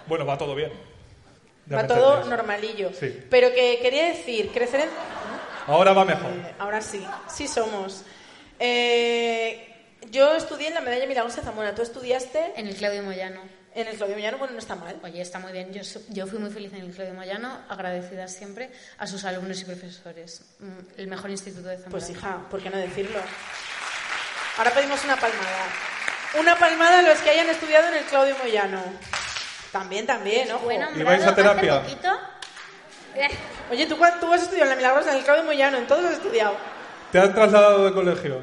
Speaker 2: Bueno, va todo bien. Ya
Speaker 1: Va
Speaker 2: me
Speaker 1: todo
Speaker 2: entendéis.
Speaker 1: normalillo.
Speaker 2: Sí.
Speaker 1: Pero que quería decir, crecer en...
Speaker 2: Ahora va mejor.
Speaker 1: Eh, Ahora sí, sí somos. Eh, yo estudié en la Medalla Milagrosa de Zamora. Tú estudiaste
Speaker 3: En el Claudio Moyano.
Speaker 1: en el Claudio Millano, bueno, no está mal.
Speaker 3: Oye, está muy bien. Yo, su- yo fui muy feliz en el Claudio Moyano, agradecida siempre a sus alumnos y profesores. Mm, El mejor instituto de Zamora.
Speaker 1: Pues hija, ¿por qué no decirlo? Ahora pedimos una palmada. Una palmada a los que hayan estudiado en el Claudio Moyano. También, también, ojo.
Speaker 3: Fue nombrado
Speaker 2: vais a
Speaker 3: hace
Speaker 2: terapia?
Speaker 3: poquito.
Speaker 1: Oye, ¿tú, cuán- tú has estudiado en la Milagrosa, en el Claudio Moyano, en todos has estudiado.
Speaker 2: ¿Te han trasladado de colegio?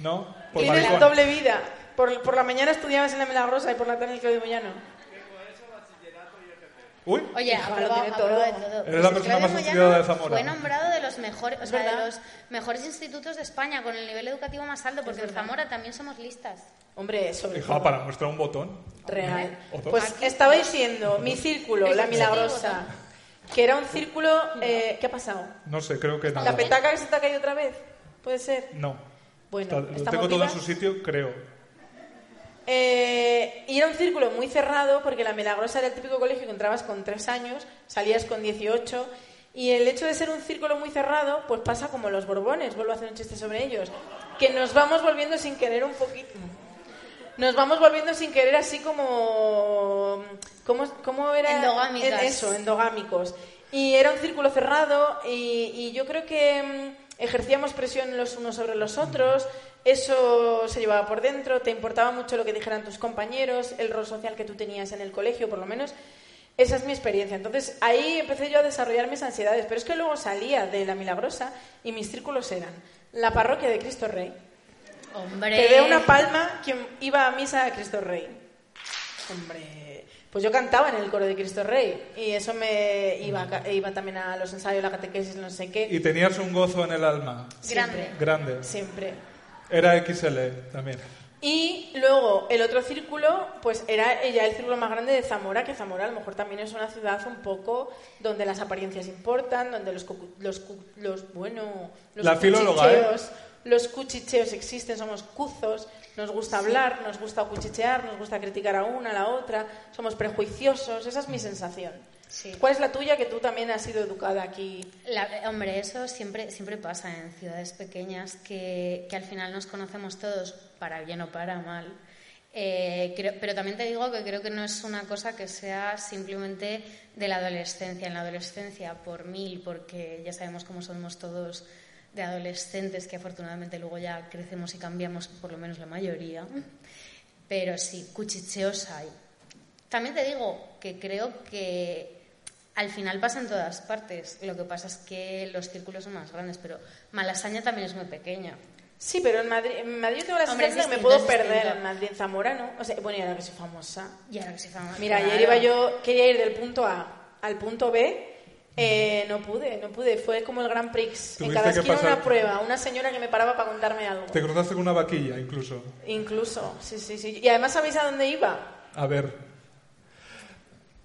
Speaker 2: ¿No? Por
Speaker 1: Tienes
Speaker 2: maricón.
Speaker 1: doble vida. Por, por la mañana estudiabas en la Milagrosa y por la tarde en el Claudio Moyano.
Speaker 2: Uy,
Speaker 3: Oye,
Speaker 1: Hija, lo
Speaker 3: aprobado,
Speaker 1: tiene todo.
Speaker 3: aprobado de todo.
Speaker 2: Eres la
Speaker 3: Pues
Speaker 2: persona
Speaker 3: Claudio
Speaker 2: más
Speaker 3: Moyano
Speaker 2: estudiada de Zamora.
Speaker 3: Fue nombrado de los mejores, o sea, de
Speaker 1: verdad.
Speaker 3: los mejores institutos de España con el nivel educativo más alto, porque en Zamora también somos listas.
Speaker 1: Hombre, sobre
Speaker 2: hija,
Speaker 1: todo.
Speaker 2: para mostrar un botón.
Speaker 1: Real.
Speaker 2: Hombre.
Speaker 1: Pues estaba diciendo, mi círculo,
Speaker 3: El
Speaker 1: la
Speaker 3: objetivo,
Speaker 1: milagrosa, que era un círculo... eh, ¿Qué ha pasado?
Speaker 2: No sé, creo que nada.
Speaker 1: ¿La petaca que se te ha caído otra vez? ¿Puede ser?
Speaker 2: No.
Speaker 1: Bueno,
Speaker 2: Está- lo
Speaker 1: estamos
Speaker 2: tengo todo en
Speaker 1: vivas.
Speaker 2: su sitio, creo.
Speaker 1: Eh, y era un círculo muy cerrado porque la milagrosa era el típico colegio que entrabas con 3 años, salías con 18 y el hecho de ser un círculo muy cerrado pues pasa como los borbones, vuelvo a hacer un chiste sobre ellos, que nos vamos volviendo sin querer un poquito... Nos vamos volviendo sin querer así como... ¿Cómo, cómo era?
Speaker 3: Endogámicas.
Speaker 1: En- Eso, endogámicos. Y era un círculo cerrado y, y yo creo que mm, ejercíamos presión los unos sobre los otros, eso se llevaba por dentro, te importaba mucho lo que dijeran tus compañeros, el rol social que tú tenías en el colegio, por lo menos. Esa es mi experiencia. Entonces ahí empecé yo a desarrollar mis ansiedades, pero es que luego salía de la Milagrosa y mis círculos eran la parroquia de Cristo Rey,
Speaker 3: Hombre.
Speaker 1: Te dé una palma quien iba a misa a Cristo Rey. Hombre. Pues yo cantaba en el coro de Cristo Rey y eso me iba, ca- iba también a los ensayos, la catequesis, no sé qué.
Speaker 2: Y tenías un gozo en el alma.
Speaker 3: Grande.
Speaker 2: Grande.
Speaker 1: Siempre.
Speaker 2: Era XL también.
Speaker 1: Y luego el otro círculo, pues era ya el círculo más grande de Zamora, que Zamora a lo mejor también es una ciudad un poco donde las apariencias importan, donde los, cucu- los, cu- los bueno, los
Speaker 2: La filóloga, ¿eh?
Speaker 1: cuchicheos- los cuchicheos existen, somos cuzos, nos gusta hablar, nos gusta cuchichear, nos gusta criticar a una, a la otra, somos prejuiciosos, esa es mi sensación.
Speaker 3: Sí.
Speaker 1: ¿Cuál es la tuya que tú también has sido educada aquí?
Speaker 3: La- hombre, eso siempre, siempre pasa en ciudades pequeñas que, que al final nos conocemos todos, para bien o para mal. Eh, creo- pero también te digo que creo que no es una cosa que sea simplemente de la adolescencia. En la adolescencia, por mil, porque ya sabemos cómo somos todos de adolescentes, que afortunadamente luego ya crecemos y cambiamos, por lo menos la mayoría. Pero sí, cuchicheos hay. También te digo que creo que al final pasa en todas partes. Lo que pasa es que los círculos son más grandes, pero Malasaña también es muy pequeña.
Speaker 1: Sí, pero en Madrid, en Madrid yo tengo la
Speaker 3: Hombre,
Speaker 1: sensación de que me
Speaker 3: es
Speaker 1: puedo
Speaker 3: distinto, es
Speaker 1: perder
Speaker 3: distinto.
Speaker 1: en Madrid, en Zamora, ¿no? O sea, bueno, y ahora que soy famosa.
Speaker 3: Y ahora que se fama-
Speaker 1: Mira,
Speaker 3: Claro.
Speaker 1: ayer iba yo, quería ir del punto A al punto B, eh, no pude, no pude, fue como el Gran Prix. En
Speaker 2: Tuviste
Speaker 1: cada
Speaker 2: que
Speaker 1: esquina
Speaker 2: pasar-
Speaker 1: una prueba, una señora que me paraba para contarme algo.
Speaker 2: Te cruzaste con una vaquilla incluso.
Speaker 1: Incluso, sí, sí, sí. Y además, ¿sabéis a dónde iba?
Speaker 2: A ver.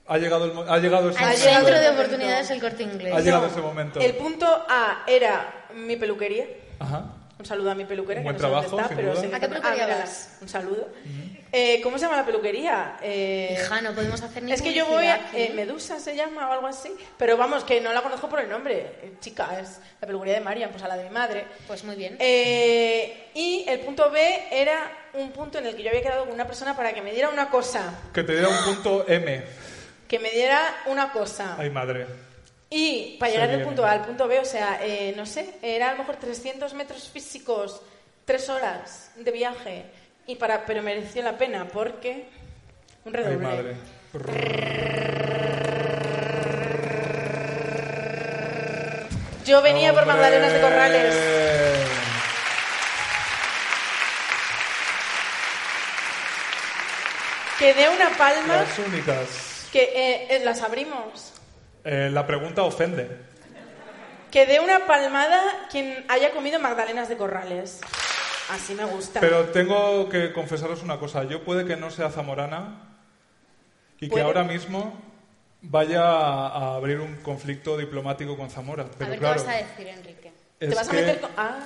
Speaker 2: Ha llegado el mo- ha llegado ese
Speaker 3: Al
Speaker 2: momento.
Speaker 1: llegado
Speaker 3: centro de
Speaker 1: el momento.
Speaker 3: oportunidades el corte inglés.
Speaker 2: Ha llegado ese momento.
Speaker 1: El punto A era mi peluquería.
Speaker 2: Ajá.
Speaker 1: Un saludo a mi peluquera,
Speaker 2: Un buen
Speaker 1: que no sé dónde
Speaker 2: trabajo,
Speaker 1: está,
Speaker 2: sin
Speaker 1: pero
Speaker 2: duda.
Speaker 1: sé que
Speaker 3: ¿A qué
Speaker 1: está-
Speaker 3: peluquería
Speaker 1: mírala.
Speaker 3: vas?
Speaker 1: Un saludo. Eh, ¿Cómo se llama la peluquería? Eh,
Speaker 3: Hija, no podemos hacer ni
Speaker 1: Es que yo voy a
Speaker 3: publicidad
Speaker 1: eh,
Speaker 3: aquí.
Speaker 1: Medusa se llama o algo así, pero vamos que no la conozco por el nombre, eh, chica, es la peluquería de Marian, pues a la de mi madre.
Speaker 3: Pues muy bien.
Speaker 1: Eh, y el punto B era un punto en el que yo había quedado con una persona para que me diera una cosa,
Speaker 2: Que te diera un punto M.
Speaker 1: que me diera una cosa.
Speaker 2: Ay, madre.
Speaker 1: Y para
Speaker 2: Se
Speaker 1: llegar del
Speaker 2: viene.
Speaker 1: punto A al punto B, o sea, eh, no sé, era a lo mejor 300 metros físicos, tres horas de viaje, y para, pero mereció la pena porque un
Speaker 2: Ay,
Speaker 1: redoble.
Speaker 2: madre.
Speaker 1: Yo venía por Magdalenas de Corrales. Que dé una palma,
Speaker 2: Las únicas.
Speaker 1: que eh, eh, las abrimos.
Speaker 2: Eh, la pregunta ofende.
Speaker 1: Que dé una palmada quien haya comido magdalenas de corrales. Así me gusta.
Speaker 2: Pero tengo que confesaros una cosa. Yo puede que no sea zamorana y que
Speaker 1: Puede.
Speaker 2: ahora mismo vaya a a abrir un conflicto diplomático con Zamora.
Speaker 3: a
Speaker 2: Pero
Speaker 3: ver
Speaker 2: claro,
Speaker 3: qué vas a decir, Enrique.
Speaker 1: Te
Speaker 2: es
Speaker 1: vas a
Speaker 2: que-
Speaker 1: meter con... Ah,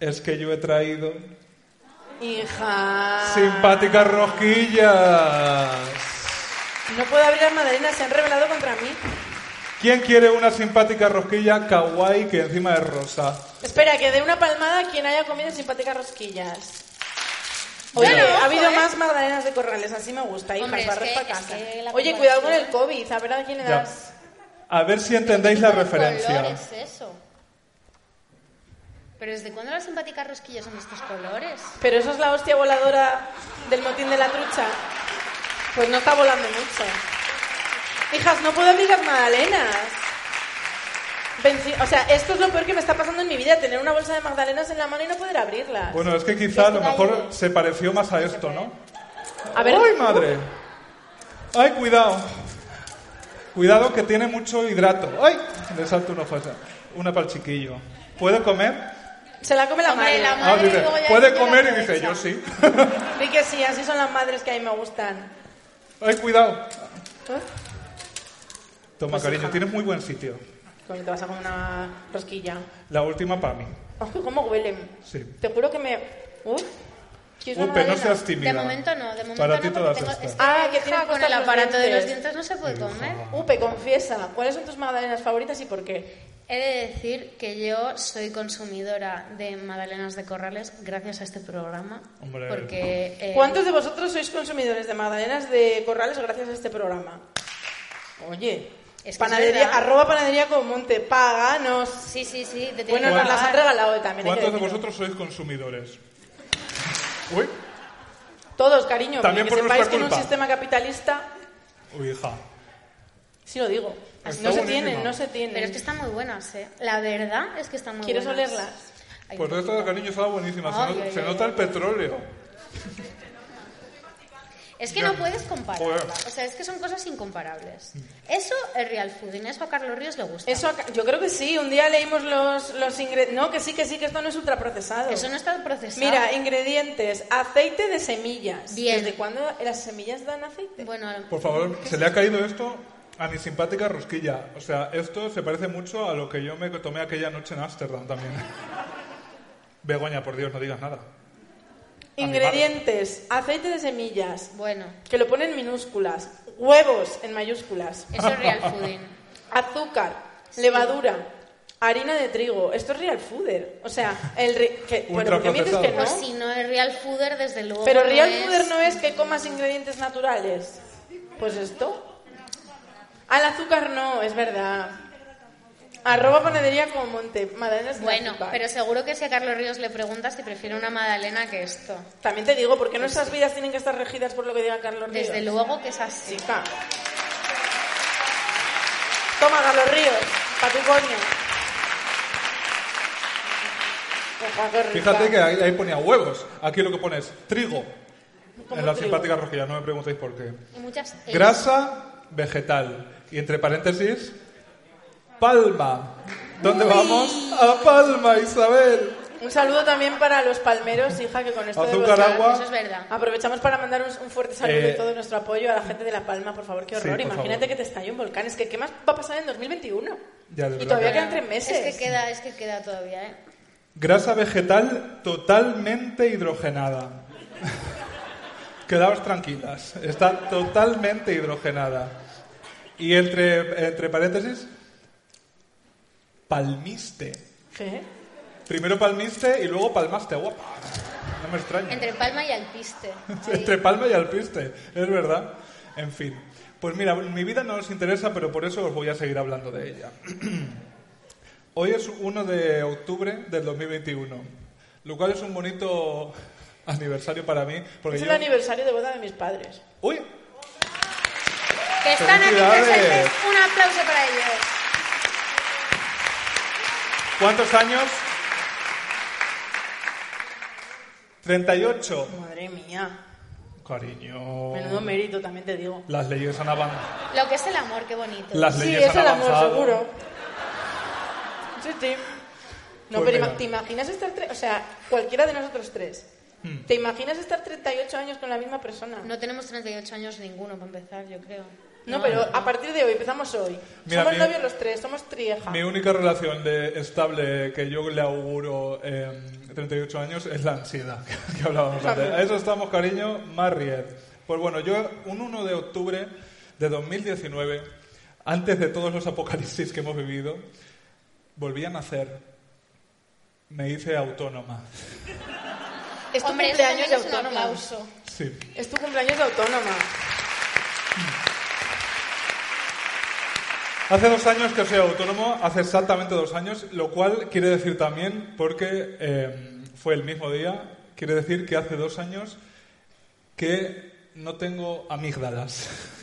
Speaker 2: es que yo he traído
Speaker 1: hija.
Speaker 2: simpáticas rosquillas.
Speaker 1: No puedo abrir las magdalenas, se han revelado contra mí.
Speaker 2: ¿Quién quiere una simpática rosquilla kawaii que encima es rosa?
Speaker 1: Espera, que dé una palmada quien haya comido simpáticas rosquillas. Oye,
Speaker 3: Bueno,
Speaker 1: ha
Speaker 3: ojo,
Speaker 1: habido
Speaker 3: ¿eh?
Speaker 1: más magdalenas de corrales, así me gusta, hijas,
Speaker 3: Hombre, es
Speaker 1: barras
Speaker 3: que-
Speaker 1: para
Speaker 3: es
Speaker 1: casa.
Speaker 3: que la
Speaker 1: Oye, cuidado con el
Speaker 3: comparación-
Speaker 1: COVID, a ver a quién le
Speaker 2: Ya.
Speaker 1: das.
Speaker 2: A ver si entendéis la
Speaker 3: ¿Qué
Speaker 2: referencia.
Speaker 3: color es eso? ¿Pero desde cuándo las simpáticas rosquillas son estos colores?
Speaker 1: Pero eso es la hostia voladora del motín de la trucha. Pues no está volando mucho. Hijas, no puedo abrir las magdalenas. Venci- o sea, esto es lo peor que me está pasando en mi vida, tener una bolsa de magdalenas en la mano y no poder abrirlas.
Speaker 2: Bueno, es que quizá a lo mejor
Speaker 3: Ay.
Speaker 2: se pareció más a esto, ¿no?
Speaker 1: a ver,
Speaker 2: ¡Ay, madre! ¡Ay, cuidado! Cuidado que tiene mucho hidrato. ¡Ay! Le salto una fosa. Una para el chiquillo. ¿Puede comer?
Speaker 1: se la come la
Speaker 3: Hombre,
Speaker 1: madre.
Speaker 3: la
Speaker 2: Ah,
Speaker 3: Madre,
Speaker 2: dice,
Speaker 3: luego ya
Speaker 2: puede
Speaker 3: dice que
Speaker 2: comer
Speaker 3: la
Speaker 2: y dice,
Speaker 3: aprovecha.
Speaker 2: yo sí.
Speaker 1: Sí que sí, así son las madres que a mí me gustan.
Speaker 2: ¡Ay, cuidado!
Speaker 1: ¿Eh?
Speaker 2: Toma,
Speaker 1: Pues,
Speaker 2: cariño,
Speaker 1: ajá.
Speaker 2: tienes muy buen sitio.
Speaker 1: Coño, te vas a comer una rosquilla.
Speaker 2: La última para mí.
Speaker 1: Ojo, cómo huelen.
Speaker 2: Sí.
Speaker 1: Te juro que me... Uf. ¿Quieres una
Speaker 2: Upe, no
Speaker 1: magdalena?
Speaker 2: seas tímida.
Speaker 3: De momento no, de momento
Speaker 2: Para
Speaker 3: no,
Speaker 2: ti
Speaker 3: porque
Speaker 2: todas
Speaker 3: tengo-
Speaker 2: estas.
Speaker 3: es
Speaker 1: Ah, que
Speaker 3: hija,
Speaker 1: tienes
Speaker 3: con
Speaker 1: puestos
Speaker 3: el
Speaker 1: los
Speaker 3: aparato de los
Speaker 1: dientes.
Speaker 3: dientes no se puede comer.
Speaker 1: Upe, confiesa, ¿cuáles son tus magdalenas favoritas y por qué?
Speaker 3: He de decir que yo soy consumidora de magdalenas de corrales gracias a este programa.
Speaker 2: Hombre.
Speaker 3: Porque, eh,
Speaker 1: ¿Cuántos de vosotros sois consumidores de magdalenas de corrales gracias a este programa? Oye,
Speaker 3: Es que
Speaker 1: panadería,
Speaker 3: es verdad.
Speaker 1: arroba panadería con monte, páganos.
Speaker 3: Sí, sí, sí. te tienen
Speaker 1: Bueno,
Speaker 3: que
Speaker 1: nos las han
Speaker 3: pagar.
Speaker 1: regalado eh, también. hay que
Speaker 2: ¿Cuántos de
Speaker 1: decirlo.
Speaker 2: vosotros sois consumidores? Uy,
Speaker 1: Todos, cariño.
Speaker 2: También
Speaker 1: que
Speaker 2: por
Speaker 1: sepáis
Speaker 2: nuestra
Speaker 1: que en un
Speaker 2: culpa.
Speaker 1: sistema capitalista,
Speaker 2: uy, hija.
Speaker 1: sí lo digo,
Speaker 2: Está
Speaker 1: no se
Speaker 2: buenísima.
Speaker 1: tienen, no se tienen.
Speaker 3: Pero es que están muy buenas, ¿eh? La verdad es que están muy
Speaker 1: ¿Quieres
Speaker 3: buenas.
Speaker 1: olerlas?
Speaker 3: Hay
Speaker 2: Pues
Speaker 3: un
Speaker 2: el resto de
Speaker 3: poquito.
Speaker 2: cariño estaba buenísima. Se,
Speaker 3: Ay,
Speaker 2: no-
Speaker 3: ay,
Speaker 2: se
Speaker 3: ay,
Speaker 2: nota
Speaker 3: ay.
Speaker 2: el petróleo.
Speaker 3: Es que no puedes compararla.
Speaker 2: Joder. Mm.
Speaker 3: O sea, es que son cosas incomparables. Eso es real fooding, eso a Carlos Ríos le gusta.
Speaker 1: Eso, acá- yo creo que sí. Un día leímos los, los ingredientes. No, que sí, que sí, que esto no es ultraprocesado.
Speaker 3: Eso no está procesado.
Speaker 1: Mira, ingredientes. Aceite de semillas.
Speaker 3: Bien.
Speaker 1: ¿Desde cuándo las semillas dan aceite?
Speaker 3: bueno, a lo-
Speaker 2: Por favor, se le ha caído esto a mi simpática rosquilla. O sea, esto se parece mucho a lo que yo me tomé aquella noche en Ámsterdam también. Begoña, por Dios, no digas nada.
Speaker 1: ingredientes. Aceite de semillas.
Speaker 3: bueno,
Speaker 1: Que lo ponen en minúsculas. Huevos en mayúsculas.
Speaker 3: eso es real fooding.
Speaker 1: Azúcar. Levadura. Harina de trigo. Esto es real fooder. O sea, el... re- que, ¿por qué me dices que no?
Speaker 2: Ultraprocesado.
Speaker 3: Pues si no es real fooder, desde luego.
Speaker 1: Pero real
Speaker 3: es-
Speaker 1: fooder no es que comas ingredientes naturales. Pues esto. Al azúcar no, es verdad. Arroba panadería con monte. Magdalenas sin
Speaker 3: Bueno,
Speaker 1: azúcar.
Speaker 3: pero seguro que si a Carlos Ríos le preguntas si prefiere una magdalena que esto.
Speaker 1: También te digo, ¿por qué nuestras vidas tienen que estar regidas por lo que diga Carlos Ríos?
Speaker 3: Desde luego que es así.
Speaker 1: Chica. Toma, Carlos Ríos, pa' tu coño. Ojo, qué rica.
Speaker 2: Fíjate que ahí, ahí ponía huevos. Aquí lo que pone es trigo.
Speaker 1: Como
Speaker 2: En la
Speaker 1: trigo. Eh.
Speaker 2: simpática rosquilla, no me preguntéis por qué.
Speaker 3: Y muchas E's.
Speaker 2: Grasa vegetal. Y entre paréntesis, palma. ¿Dónde vamos? A Palma, Isabel.
Speaker 1: Un saludo también para los palmeros, hija, que con esto de
Speaker 2: Azúcar,
Speaker 1: los-
Speaker 2: agua.
Speaker 3: Eso es verdad.
Speaker 1: Ah, Aprovechamos para mandar un, un fuerte saludo
Speaker 2: Eh,
Speaker 1: y todo nuestro apoyo a la gente de La Palma, por favor, qué
Speaker 2: Sí,
Speaker 1: horror.
Speaker 2: por
Speaker 1: Imagínate
Speaker 2: favor.
Speaker 1: que te estalló un volcán. Es que, ¿qué más va a pasar en 2021?
Speaker 2: Ya, de
Speaker 1: y
Speaker 2: verdad
Speaker 1: todavía
Speaker 2: que-
Speaker 1: quedan tres meses.
Speaker 3: Es que queda, es que queda todavía, ¿eh?
Speaker 2: Grasa vegetal totalmente hidrogenada. Quedaos tranquilas, está totalmente hidrogenada. Y entre, entre paréntesis, palmiste.
Speaker 1: ¿Qué?
Speaker 2: Primero palmiste y luego palmaste, guapa. No me extraña.
Speaker 3: Entre Palma y Alpiste. Ahí.
Speaker 2: Entre Palma y Alpiste, es verdad. En fin. Pues mira, mi vida no os interesa, pero por eso os voy a seguir hablando de ella. Hoy es 1 de octubre del 2021, lo cual es un bonito aniversario para mí. Porque
Speaker 1: Es el
Speaker 2: yo-
Speaker 1: aniversario de boda de mis padres.
Speaker 2: ¡Uy!
Speaker 3: Que están aquí presentes.
Speaker 2: Felicidades.
Speaker 3: Un aplauso para ellos.
Speaker 2: ¿Cuántos años? 38.
Speaker 1: Madre mía.
Speaker 2: Cariño.
Speaker 1: Menudo mérito, también te digo.
Speaker 2: Las leyes han avanzado.
Speaker 3: Lo que es el amor, qué bonito.
Speaker 2: Las
Speaker 1: Sí,
Speaker 2: leyes
Speaker 1: es
Speaker 2: han
Speaker 1: el amor,
Speaker 2: avanzado.
Speaker 1: seguro. Sí, sí. No, pero
Speaker 2: Pues mira.
Speaker 1: ima- ¿te imaginas estar... tre- O sea, cualquiera de nosotros tres.
Speaker 2: Hmm.
Speaker 1: ¿Te imaginas estar 38 años con la misma persona?
Speaker 3: No tenemos 38 años ninguno para empezar, yo creo.
Speaker 1: No, pero a partir de hoy, empezamos hoy.
Speaker 2: Mira,
Speaker 1: somos
Speaker 2: mi-
Speaker 1: novios los tres, somos trieja.
Speaker 2: Mi única relación de estable que yo le auguro em, en 38 años es la ansiedad que hablábamos antes. A eso estamos, cariño, Marriott. Pues bueno, yo un 1 de octubre de 2019, antes de todos los apocalipsis que hemos vivido, volví a nacer. Me hice autónoma.
Speaker 1: Es tu
Speaker 3: Hombre,
Speaker 1: este
Speaker 3: eso
Speaker 1: cumpleaños de
Speaker 3: también es un
Speaker 1: autónoma.
Speaker 3: aplauso.
Speaker 2: Sí.
Speaker 1: Es tu cumpleaños de autónoma.
Speaker 2: Hace dos años que soy autónomo, hace exactamente dos años, lo cual quiere decir también, porque eh, fue el mismo día, quiere decir que hace dos años que no tengo amígdalas.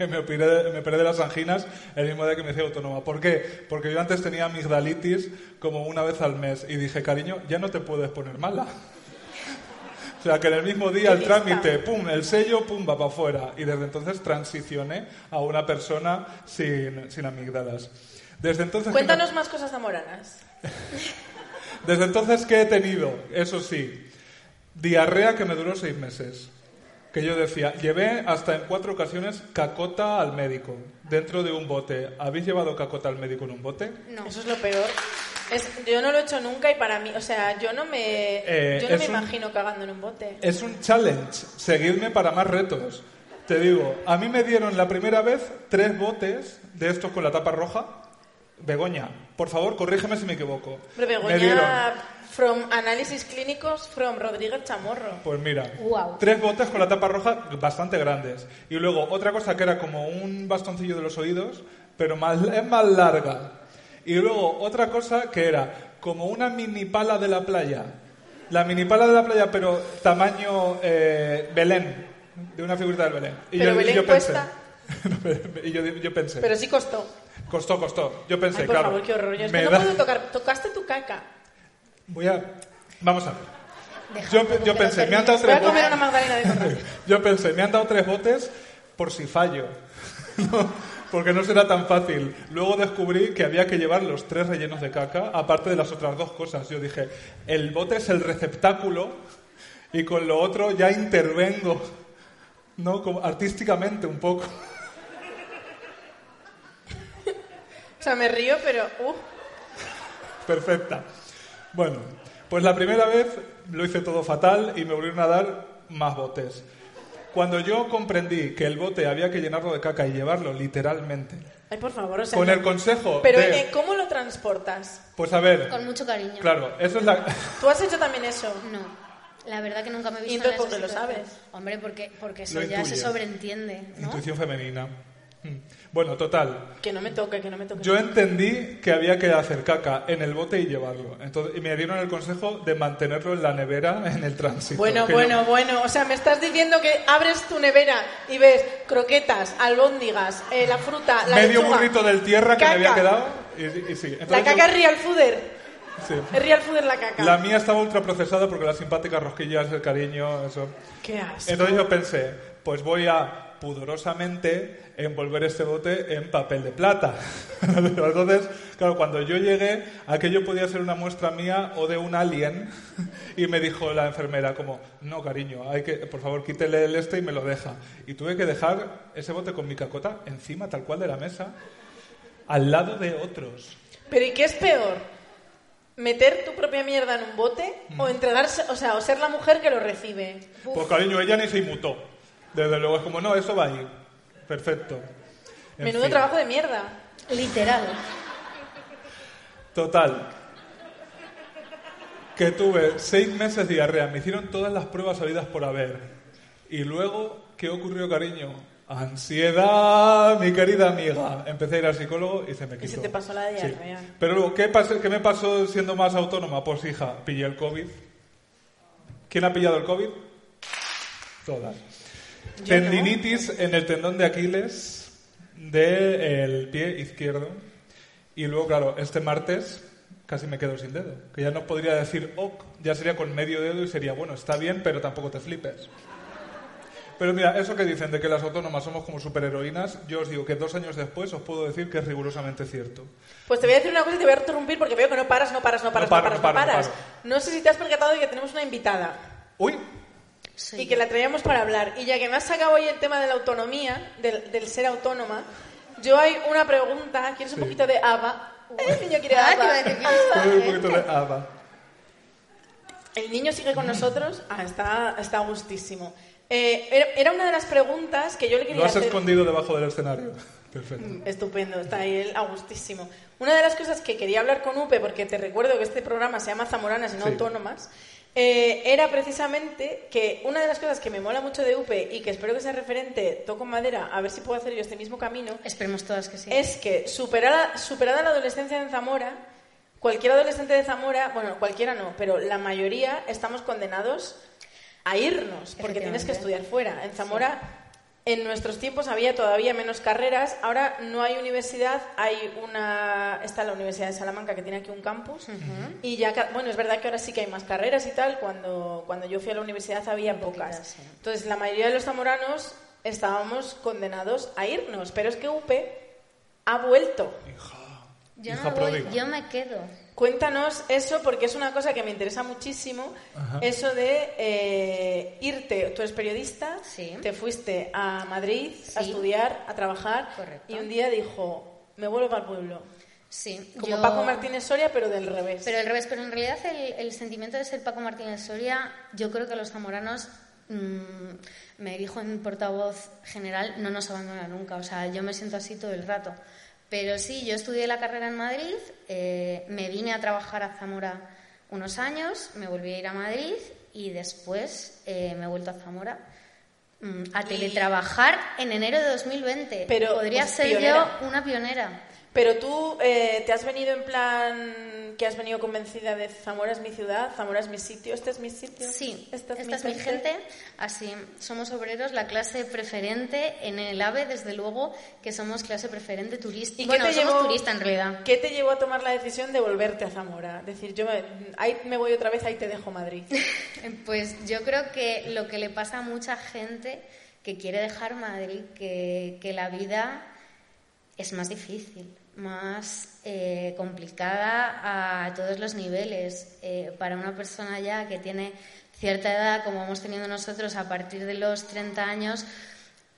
Speaker 2: Que me operé, de- me operé de las anginas el mismo día que me hice autónoma. ¿Por qué? Porque yo antes tenía amigdalitis como una vez al mes y dije, cariño, ya no te puedes poner mala. O sea, que en el mismo día el trámite, pum, el sello, pum, va para afuera. Y desde entonces transicioné a una persona sin, sin amígdalas. Desde entonces,
Speaker 1: Cuéntanos más cosas zamoranas.
Speaker 2: desde entonces, ¿qué he tenido? Eso sí, diarrea que me duró seis meses. Que yo decía, llevé hasta en cuatro ocasiones cacota al médico, dentro de un bote. ¿Habéis llevado cacota al médico en un bote?
Speaker 3: No.
Speaker 1: Eso es lo peor. Es- yo no lo he hecho nunca y para mí, o sea, yo no me,
Speaker 2: Eh,
Speaker 1: yo no me
Speaker 2: es un-
Speaker 1: imagino cagando en un bote.
Speaker 2: Es un challenge, seguidme para más retos. Te digo, a mí me dieron la primera vez tres botes de estos con la tapa roja. Begoña, por favor, corrígeme si me equivoco.
Speaker 1: Hombre,
Speaker 2: Me dieron,
Speaker 1: Begoña, from análisis clínicos, from Rodríguez Chamorro.
Speaker 2: pues mira,
Speaker 3: Guau.
Speaker 2: tres botes con la tapa roja bastante grandes. Y luego otra cosa que era como un bastoncillo de los oídos, pero más, es más larga. Y luego otra cosa que era como una mini pala de la playa. La mini pala de la playa, pero tamaño eh, Belén, de una figurita del Belén. Y
Speaker 1: Pero
Speaker 2: yo,
Speaker 1: Belén
Speaker 2: yo pensé,
Speaker 1: cuesta.
Speaker 2: y yo, yo pensé,
Speaker 1: Pero sí costó.
Speaker 2: costó, costó. Yo pensé,
Speaker 1: Ay, por
Speaker 2: claro.
Speaker 1: favor, qué horror. Yo es
Speaker 2: me
Speaker 1: que no
Speaker 2: da-
Speaker 1: puedo tocar. Tocaste tu caca.
Speaker 2: Voy a. Vamos a ver.
Speaker 3: Deja
Speaker 2: Yo,
Speaker 3: un poco
Speaker 2: yo
Speaker 3: que lo
Speaker 2: pensé, me han
Speaker 1: Voy
Speaker 2: dado
Speaker 3: termine.
Speaker 2: tres
Speaker 1: a comer
Speaker 2: botes.
Speaker 1: una magdalena de Conrad.
Speaker 2: Yo pensé, me han dado tres botes por si fallo. No, porque no será tan fácil. Luego descubrí que había que llevar los tres rellenos de caca, aparte de las otras dos cosas. Yo dije, el bote es el receptáculo y con lo otro ya intervengo, ¿no? Como artísticamente un poco.
Speaker 1: O sea, me río, pero... Uh,
Speaker 2: Perfecta. Bueno, pues la primera vez lo hice todo fatal y me volvieron a dar más botes. Cuando yo comprendí que el bote había que llenarlo de caca y llevarlo literalmente,
Speaker 1: ay, por favor, o sea...
Speaker 2: con
Speaker 1: no-
Speaker 2: el consejo
Speaker 1: Pero
Speaker 2: de-
Speaker 1: eh, ¿cómo lo transportas?
Speaker 2: Pues a ver,
Speaker 3: Con mucho cariño.
Speaker 2: claro, eso es la...
Speaker 1: ¿Tú has hecho también eso?
Speaker 3: No, la verdad que nunca me he visto
Speaker 1: ¿Y entonces
Speaker 3: en
Speaker 1: por qué
Speaker 3: esa
Speaker 1: lo
Speaker 3: situación.
Speaker 1: sabes?
Speaker 3: Hombre, porque, porque eso
Speaker 2: Lo
Speaker 3: ya se
Speaker 2: intuyes.
Speaker 3: sobreentiende, ¿no?
Speaker 2: Intuición femenina. Mm. Bueno, total.
Speaker 1: Que no me toque, que no me toque.
Speaker 2: Yo entendí que había que hacer caca en el bote y llevarlo. Entonces, y me dieron el consejo de mantenerlo en la nevera en el tránsito.
Speaker 1: Bueno,
Speaker 2: que
Speaker 1: bueno,
Speaker 2: yo-
Speaker 1: bueno. O sea, me estás diciendo que abres tu nevera y ves croquetas, albóndigas, eh, la fruta, la
Speaker 2: medio
Speaker 1: lechuga,
Speaker 2: burrito del tierra que me había
Speaker 1: caca.
Speaker 2: quedado. Y, y sí. Entonces
Speaker 1: La
Speaker 2: yo-
Speaker 1: caca es real fooder.
Speaker 2: sí.
Speaker 1: Es real fooder la caca.
Speaker 2: La mía estaba ultraprocesada porque las simpáticas rosquillas, el cariño, eso.
Speaker 1: Qué asco.
Speaker 2: Entonces yo pensé, pues voy a pudorosamente envolver este bote en papel de plata. Pero Entonces, claro, cuando yo llegué, aquello podía ser una muestra mía o de un alien. Y me dijo la enfermera como, no, cariño, hay que, por favor, quítele el este y me lo deja. Y tuve que dejar ese bote con mi cacota encima, tal cual, de la mesa, al lado de otros.
Speaker 1: Pero ¿y qué es peor? ¿Meter tu propia mierda en un bote
Speaker 2: Mm.
Speaker 1: o entregarse, o sea, o ser la mujer que lo recibe?
Speaker 2: Pues cariño, ella ni se inmutó. Desde luego es como, no, eso va ahí. Perfecto. En
Speaker 1: Menudo
Speaker 2: fin.
Speaker 1: trabajo de mierda.
Speaker 3: Literal.
Speaker 2: Total. Que tuve seis meses de diarrea. Me hicieron todas las pruebas habidas por haber. Y luego, ¿qué ocurrió, cariño? Ansiedad, mi querida amiga. Empecé a ir al psicólogo y se me quitó.
Speaker 1: se te pasó la
Speaker 2: Sí.
Speaker 1: diarrea.
Speaker 2: Pero luego, ¿qué, pasó- ¿qué me pasó siendo más autónoma? Pues hija, pillé el COVID. ¿Quién ha pillado el COVID? Todas.
Speaker 1: Yo no.
Speaker 2: Tendinitis en el tendón de Aquiles del pie izquierdo. Y luego, claro, este martes casi me quedo sin dedo. Que ya no podría decir ok, ya sería con medio dedo y sería, bueno, está bien, pero tampoco te flipes. Pero mira, eso que dicen de que las autónomas somos como superheroínas, yo os digo que dos años después os puedo decir que es rigurosamente cierto.
Speaker 1: Pues te voy a decir una cosa y te voy a interrumpir porque veo que no paras, no paras, no paras, no,
Speaker 2: paro,
Speaker 1: paras,
Speaker 2: no
Speaker 1: no,
Speaker 2: paro, no
Speaker 1: paras.
Speaker 2: paro.
Speaker 1: No sé si te has percatado de que tenemos una invitada
Speaker 2: ¡Uy!
Speaker 3: Soy
Speaker 1: y que la traíamos para hablar. Y ya que me has sacado hoy el tema de la autonomía, del, del ser autónoma, yo hay una pregunta. ¿Quieres un
Speaker 2: Sí.
Speaker 1: poquito de ABBA? El niño quiere
Speaker 3: Ah,
Speaker 1: ABBA.
Speaker 3: te iba a decir que eh.
Speaker 2: Estoy un poquito de ah, haba.
Speaker 1: El niño sigue con nosotros. Ah, está, está a gustísimo. Eh, era, era una de las preguntas que yo le quería
Speaker 2: Lo has
Speaker 1: hacer.
Speaker 2: escondido debajo del escenario. Perfecto.
Speaker 1: Estupendo, está ahí él a gustísimo. Una de las cosas que quería hablar con Upe, porque te recuerdo que este programa se llama Zamoranas y no
Speaker 2: Sí.
Speaker 1: Autónomas, eh, era precisamente que una de las cosas que me mola mucho de Upe y que espero que sea referente, toco madera, a ver si puedo hacer yo este mismo camino,
Speaker 3: Esperemos todas que sí.
Speaker 1: es que superada, superada la adolescencia en Zamora, cualquier adolescente de Zamora, bueno, cualquiera no, pero la mayoría estamos condenados a irnos, porque tienes que
Speaker 3: Efectivamente.
Speaker 1: estudiar fuera. En Zamora, en nuestros tiempos había todavía menos carreras, ahora no hay universidad, hay una, está la Universidad de Salamanca que tiene aquí un campus, y ya, ca- bueno, es verdad que ahora sí que hay más carreras y tal, cuando, cuando yo fui a la universidad había pocas.
Speaker 3: poquitas, sí.
Speaker 1: Entonces, la mayoría de los zamoranos estábamos condenados a irnos, pero es que UPE ha vuelto.
Speaker 3: Yo
Speaker 2: Hija
Speaker 3: no voy,
Speaker 2: pródiga.
Speaker 3: yo me quedo.
Speaker 1: Cuéntanos eso porque es una cosa que me interesa muchísimo, eso de eh, irte, tú eres periodista,
Speaker 3: Sí.
Speaker 1: te fuiste a Madrid a
Speaker 3: Sí.
Speaker 1: estudiar, a trabajar
Speaker 3: Correcto.
Speaker 1: y un día dijo, me vuelvo para el pueblo,
Speaker 3: Sí,
Speaker 1: como
Speaker 3: yo-
Speaker 1: Paco Martínez Soria pero del revés.
Speaker 3: Pero al revés, pero en realidad el, el sentimiento de ser Paco Martínez Soria, yo creo que los zamoranos, mm, me dijo en portavoz general, no nos abandona nunca. O sea, yo me siento así todo el rato. Pero sí, yo estudié la carrera en Madrid, eh, me vine a trabajar a Zamora unos años, me volví a ir a Madrid y después eh, me he vuelto a Zamora mm, a teletrabajar en enero de 2020.
Speaker 1: Pero,
Speaker 3: Podría
Speaker 1: pues,
Speaker 3: ser
Speaker 1: pionera.
Speaker 3: yo una pionera.
Speaker 1: Pero tú eh, te has venido en plan que has venido convencida de Zamora es mi ciudad, Zamora es mi sitio, este es mi sitio.
Speaker 3: Sí, esta es, mi, gente. Así, somos obreros, la clase preferente en el AVE, desde luego que somos clase preferente turista.
Speaker 1: ¿Y
Speaker 3: Bueno,
Speaker 1: qué te
Speaker 3: somos
Speaker 1: llevó-
Speaker 3: turista en realidad.
Speaker 1: ¿Qué te llevó a tomar la decisión de volverte a Zamora? Decir, yo me, ahí me voy otra vez, ahí te dejo Madrid.
Speaker 3: Pues yo creo que lo que le pasa a mucha gente que quiere dejar Madrid, que, que la vida es más difícil, más eh, complicada a todos los niveles. Eh, para una persona ya que tiene cierta edad, como vamos teniendo nosotros a partir de los 30 años,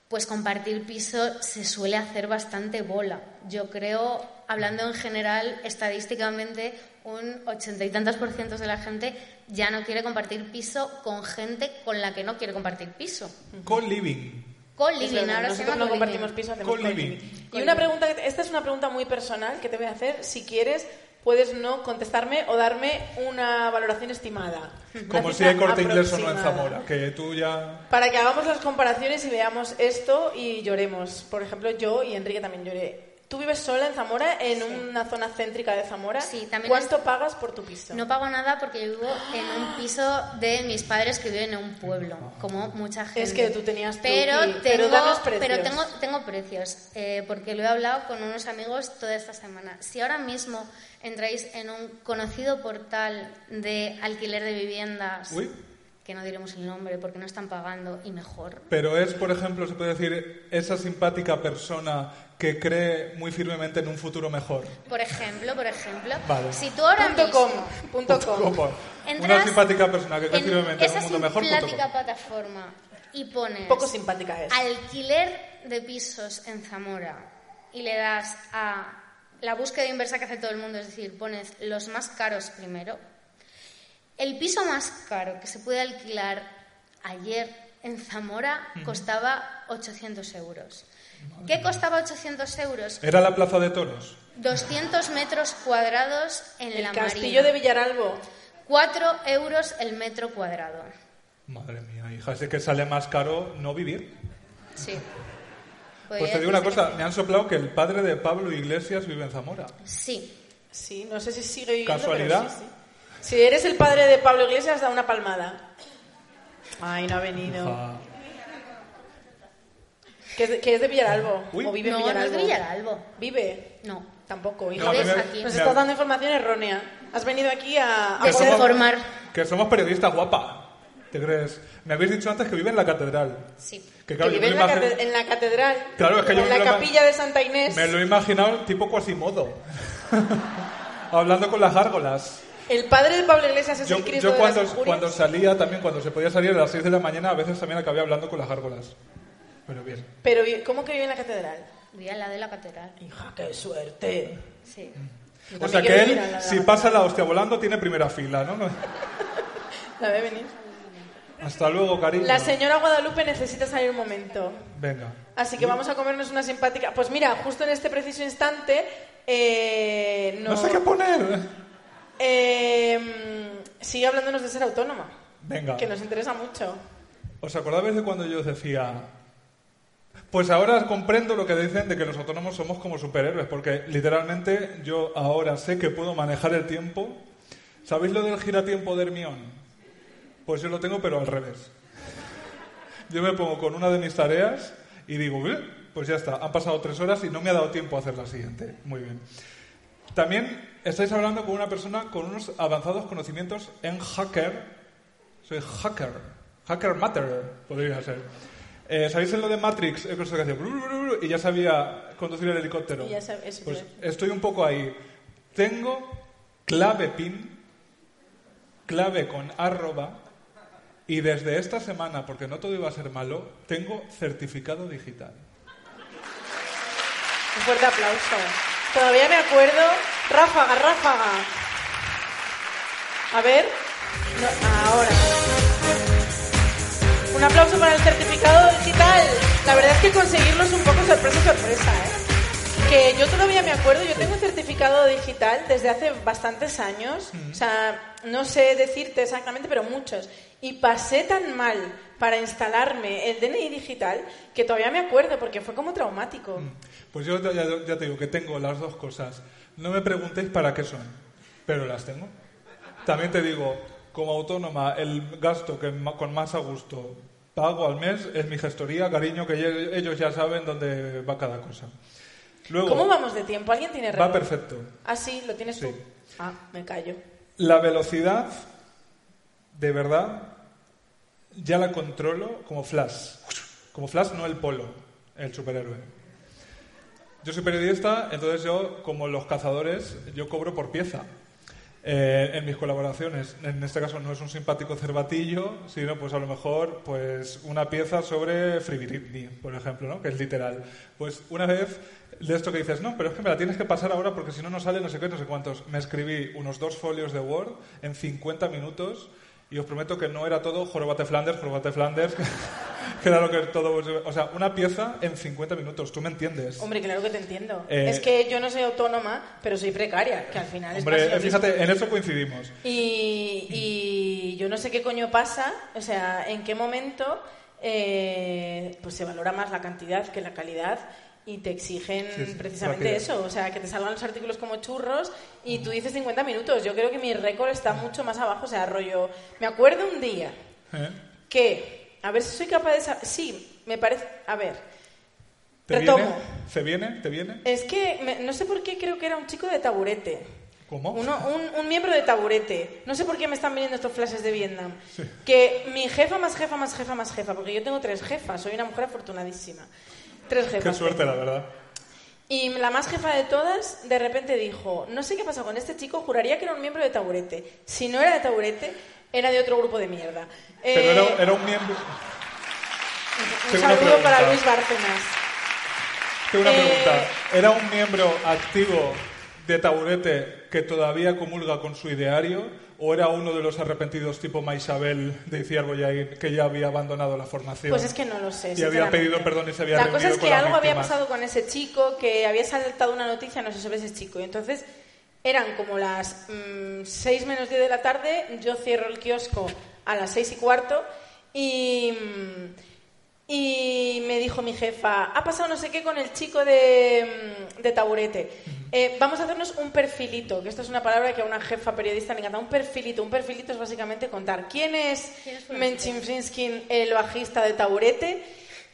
Speaker 3: pues compartir piso se suele hacer bastante bola. Yo creo, hablando en general, estadísticamente, un ochenta y tantos por ciento de la gente ya no quiere compartir piso con gente con la que no quiere compartir piso.
Speaker 1: Mm.
Speaker 2: Co-living.
Speaker 1: Es lo
Speaker 3: Co-living,
Speaker 1: de-
Speaker 3: ahora se
Speaker 1: Nosotros
Speaker 3: llama
Speaker 1: no
Speaker 3: co-living.
Speaker 1: compartimos piso, hacemos
Speaker 2: Co-living.
Speaker 1: co-living. Y una pregunta, que te- esta es una pregunta muy personal que te voy a hacer. Si quieres, puedes no contestarme o darme una valoración estimada. Una
Speaker 2: Como si
Speaker 1: cifra
Speaker 2: hay corte inglés o no en
Speaker 1: aproximada.
Speaker 2: Zamora. Que tú ya.
Speaker 1: Para que hagamos las comparaciones y veamos esto y lloremos. Por ejemplo, yo y Enrique también lloré. Tú vives sola en Zamora, en una zona céntrica de Zamora.
Speaker 3: Sí, también
Speaker 1: ¿Cuánto
Speaker 3: es-
Speaker 1: pagas por tu piso?
Speaker 3: No pago nada porque yo vivo en un piso de mis padres que viven en un pueblo, como mucha gente.
Speaker 1: Es que tú tenías tu
Speaker 3: pero
Speaker 1: pi-
Speaker 3: tengo,
Speaker 1: pero danos
Speaker 3: pero
Speaker 1: precios.
Speaker 3: tengo, tengo precios, eh, porque lo he hablado con unos amigos toda esta semana. Si ahora mismo entráis en un conocido portal de alquiler de viviendas,
Speaker 2: Uy.
Speaker 3: que no diremos el nombre porque no están pagando y mejor,
Speaker 2: Pero es, por ejemplo, se puede decir, esa simpática persona que cree muy firmemente en un futuro mejor.
Speaker 3: por ejemplo, por ejemplo,
Speaker 2: Vale.
Speaker 3: si tú ahora
Speaker 1: punto
Speaker 3: mismo
Speaker 1: com, punto com.
Speaker 2: Como
Speaker 3: entras
Speaker 2: Una simpática persona que cree
Speaker 3: en
Speaker 2: firmemente en
Speaker 3: esa
Speaker 2: un mundo mejor. pues punto
Speaker 3: simpática
Speaker 2: com.
Speaker 3: plataforma y pones
Speaker 1: Poco simpática es.
Speaker 3: Alquiler de pisos en Zamora y le das a la búsqueda inversa que hace todo el mundo, es decir, pones los más caros primero. El piso más caro que se puede alquilar ayer en Zamora costaba 800 euros. ¿Qué costaba 800 euros?
Speaker 2: Era la plaza de toros.
Speaker 3: 200 metros cuadrados en
Speaker 1: El
Speaker 3: la
Speaker 1: castillo de
Speaker 3: Marina.
Speaker 1: Villaralbo.
Speaker 3: 4 euros el metro cuadrado.
Speaker 2: Madre mía, hija, es que sale más caro no vivir.
Speaker 3: Sí.
Speaker 2: Pues te digo una cosa, me han soplado que el padre de Pablo Iglesias vive en Zamora.
Speaker 3: Sí.
Speaker 1: Sí, no sé si sigue viviendo.
Speaker 2: ¿Casualidad?
Speaker 1: pero sí, sí. Si eres el padre de Pablo Iglesias, da una palmada. Ay, no ha venido.
Speaker 2: Ah,
Speaker 1: Que es de, que es de Villaralbo.
Speaker 2: Uy.
Speaker 1: O vive en
Speaker 3: no, no
Speaker 1: Villaralbo.
Speaker 3: es Villaralbo.
Speaker 1: Vive.
Speaker 3: No.
Speaker 1: Tampoco, hija.
Speaker 2: No,
Speaker 3: Vives
Speaker 2: me-
Speaker 3: aquí.
Speaker 1: Nos
Speaker 2: me-
Speaker 1: estás dando información errónea. Has venido aquí a... a
Speaker 2: que somos-
Speaker 3: Desinformar.
Speaker 2: Que somos periodistas guapa. ¿Te crees? Me habéis dicho antes que vive en la catedral.
Speaker 3: Sí.
Speaker 2: Que
Speaker 1: Que
Speaker 2: claro, yo
Speaker 1: vive
Speaker 2: me
Speaker 1: en
Speaker 2: lo
Speaker 1: la,
Speaker 2: imagi-
Speaker 1: cate- en la catedral.
Speaker 2: Claro, es que yo
Speaker 1: En
Speaker 2: me
Speaker 1: la
Speaker 2: lo ima-
Speaker 1: capilla de Santa Inés.
Speaker 2: me lo he imaginado tipo Quasimodo. Hablando con las gárgolas.
Speaker 1: El padre de Pablo Iglesias es
Speaker 2: Yo,
Speaker 1: el Cristo
Speaker 2: yo
Speaker 1: de
Speaker 2: cuando,
Speaker 1: las injurias.
Speaker 2: cuando salía, también cuando se podía salir a las 6 de la mañana, a veces también acabé hablando con las gárgolas. Pero bien.
Speaker 1: Pero, vi- ¿cómo que vive en la catedral?
Speaker 3: Vive al lado de la catedral.
Speaker 1: Hija, qué suerte.
Speaker 3: Sí.
Speaker 1: Yo
Speaker 2: O
Speaker 1: también
Speaker 2: sea
Speaker 1: quiero
Speaker 2: que él,
Speaker 1: vivir al lado de
Speaker 2: si
Speaker 1: la
Speaker 2: pasa la hostia volando, tiene primera fila, ¿no?
Speaker 1: catedral. La ve venir.
Speaker 2: Hasta luego, cariño.
Speaker 1: La señora Guadalupe necesita salir un momento.
Speaker 2: Venga.
Speaker 1: Así que vamos a comernos una simpática. Pues mira, justo en este preciso instante. eh, no,
Speaker 2: No sé qué poner.
Speaker 1: Eh, mm, sigue hablándonos de ser autónoma.
Speaker 2: Venga.
Speaker 1: Que nos interesa mucho.
Speaker 2: ¿Os acordabais de cuando yo os decía? Pues ahora comprendo lo que dicen de que los autónomos somos como superhéroes, porque literalmente yo ahora sé que puedo manejar el tiempo. ¿Sabéis lo del giratiempo de Hermión? Pues yo lo tengo, pero al revés. Yo me pongo con una de mis tareas y digo, "Ué, pues ya está, han pasado tres horas y no me ha dado tiempo a hacer la siguiente. Muy bien. También estáis hablando con una persona con unos avanzados conocimientos en hacker. Soy hacker. Hacker matter, podría ser. Eh, ¿Sabéis lo de Matrix? El coso que hacía blu, blu, blu, blu, y ya sabía conducir el helicóptero.
Speaker 1: Y ya sab- eso
Speaker 2: pues
Speaker 1: te-
Speaker 2: estoy un poco ahí. Tengo clave PIN, clave con arroba, y desde esta semana, porque no todo iba a ser malo, tengo certificado digital.
Speaker 1: Un fuerte aplauso. Todavía me acuerdo. Ráfaga, ráfaga. A ver. No, ahora. Un aplauso para el certificado digital. La verdad es que conseguirlo es un poco sorpresa, sorpresa, ¿eh? que yo todavía me acuerdo, yo tengo un certificado digital desde hace bastantes años, o sea, no sé decirte exactamente, pero muchos. Y pasé tan mal para instalarme el DNI digital que todavía me acuerdo porque fue como traumático.
Speaker 2: Pues yo ya, ya te digo que tengo las dos cosas. No me preguntéis para qué son, pero las tengo. También te digo, como autónoma, el gasto que ma- con más a gusto pago al mes es mi gestoría, cariño, que ye- ellos ya saben dónde va cada cosa. Luego,
Speaker 1: ¿Cómo vamos de tiempo? ¿Alguien tiene reloj?
Speaker 2: va perfecto.
Speaker 1: Ah, sí, lo tienes tú.
Speaker 2: Sí.
Speaker 1: Ah, me callo.
Speaker 2: La velocidad, de verdad, ya la controlo como Flash. Como Flash, no el polo, el superhéroe. Yo soy periodista, entonces yo, como los cazadores, yo cobro por pieza. eh, en mis colaboraciones, en este caso no es un simpático cervatillo, sino pues a lo mejor pues una pieza sobre Fribiribni, por ejemplo, ¿no? que es literal. Pues una vez de esto que dices, no, pero es que me la tienes que pasar ahora porque si no no sale no sé qué, no sé cuántos. Me escribí unos dos folios de Word en 50 minutos y os prometo que no era todo jorobate Flanders, jorobate Flanders, que, que era lo que todo... O sea, una pieza en 50 minutos, tú me entiendes.
Speaker 1: Hombre, claro que te entiendo.
Speaker 2: Eh,
Speaker 1: es que yo no soy autónoma, pero soy precaria, que al final es
Speaker 2: Hombre,
Speaker 1: casi lo
Speaker 2: eh,
Speaker 1: mismo.
Speaker 2: fíjate, en eso coincidimos.
Speaker 1: Y, y yo no sé qué coño pasa, o sea, en qué momento eh, pues se valora más la cantidad que la calidad y te exigen
Speaker 2: Sí, sí,
Speaker 1: precisamente
Speaker 2: rapidez.
Speaker 1: eso, o sea, que te salgan los artículos como churros y tú dices 50 minutos. Yo creo que mi récord está mucho más abajo, o sea, rollo. Me acuerdo un día
Speaker 2: ¿eh?
Speaker 1: que, a ver si soy capaz de saber. Sí, me parece. A ver,
Speaker 2: ¿Te
Speaker 1: Retomo.
Speaker 2: viene? ¿Te viene? ¿Te viene?
Speaker 1: es que me- no sé por qué creo que era un chico de taburete.
Speaker 2: ¿Cómo?
Speaker 1: Uno- un, un miembro de taburete. No sé por qué me están viniendo estos flashes de Vietnam. Que mi jefa más jefa más jefa más jefa, porque yo tengo tres jefas, soy una mujer afortunadísima. Tres jefas.
Speaker 2: Qué suerte, la verdad.
Speaker 1: Y la más jefa de todas de repente dijo, no sé qué pasó con este chico, juraría que era un miembro de taburete. Si no era de taburete, era de otro grupo de mierda. Eh,
Speaker 2: Pero era, era un miembro.
Speaker 1: un
Speaker 2: Tengo una
Speaker 1: saludo
Speaker 2: pregunta.
Speaker 1: para Luis Bárcenas.
Speaker 2: Tengo una
Speaker 1: Eh,
Speaker 2: pregunta. ¿Era un miembro activo de Taburete que todavía comulga con su ideario? ¿O era uno de los arrepentidos tipo Maisabel de Ciervo que ya había abandonado la formación?
Speaker 1: Pues es que no lo sé.
Speaker 2: Y había
Speaker 1: sinceramente.
Speaker 2: pedido perdón y se había
Speaker 1: La
Speaker 2: reunido
Speaker 1: cosa es
Speaker 2: con
Speaker 1: que
Speaker 2: las
Speaker 1: algo había
Speaker 2: víctimas.
Speaker 1: pasado con ese chico, que había saltado una noticia, no sé, sobre ese chico. Y entonces eran como las 6 menos 10 de la tarde, yo cierro el kiosco a las 6 y cuarto y, mm, y me dijo mi jefa, ha pasado no sé qué con el chico de, mm, de taburete. Eh, vamos a hacernos un perfilito, que esto es una palabra que a una jefa periodista le encanta. Un perfilito, un perfilito es básicamente contar quién es
Speaker 3: ¿Quién es fulanito?
Speaker 1: Menchim Finskin, el bajista de Taburete.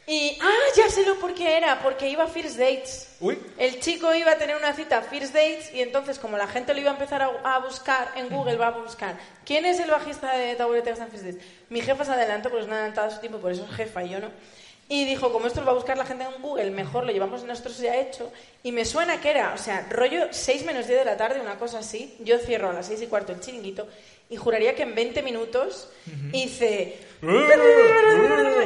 Speaker 1: Y, ah, ya sé lo por qué era, porque iba a First Dates.
Speaker 2: Uy.
Speaker 1: El chico iba a tener una cita a First Dates y entonces como la gente lo iba a empezar a, a buscar en Google, va a buscar, ¿quién es el bajista de Taburete que está en First Dates? Mi jefa se adelantó porque es una adelantada a su tiempo, por eso es jefa y yo no. Y dijo, como esto lo va a buscar la gente en Google, mejor lo llevamos nosotros ya hecho. Y me suena que era, o sea, rollo 6 menos 10 de la tarde, una cosa así. Yo cierro a las 6 y cuarto el chiringuito y juraría que en 20 minutos hice...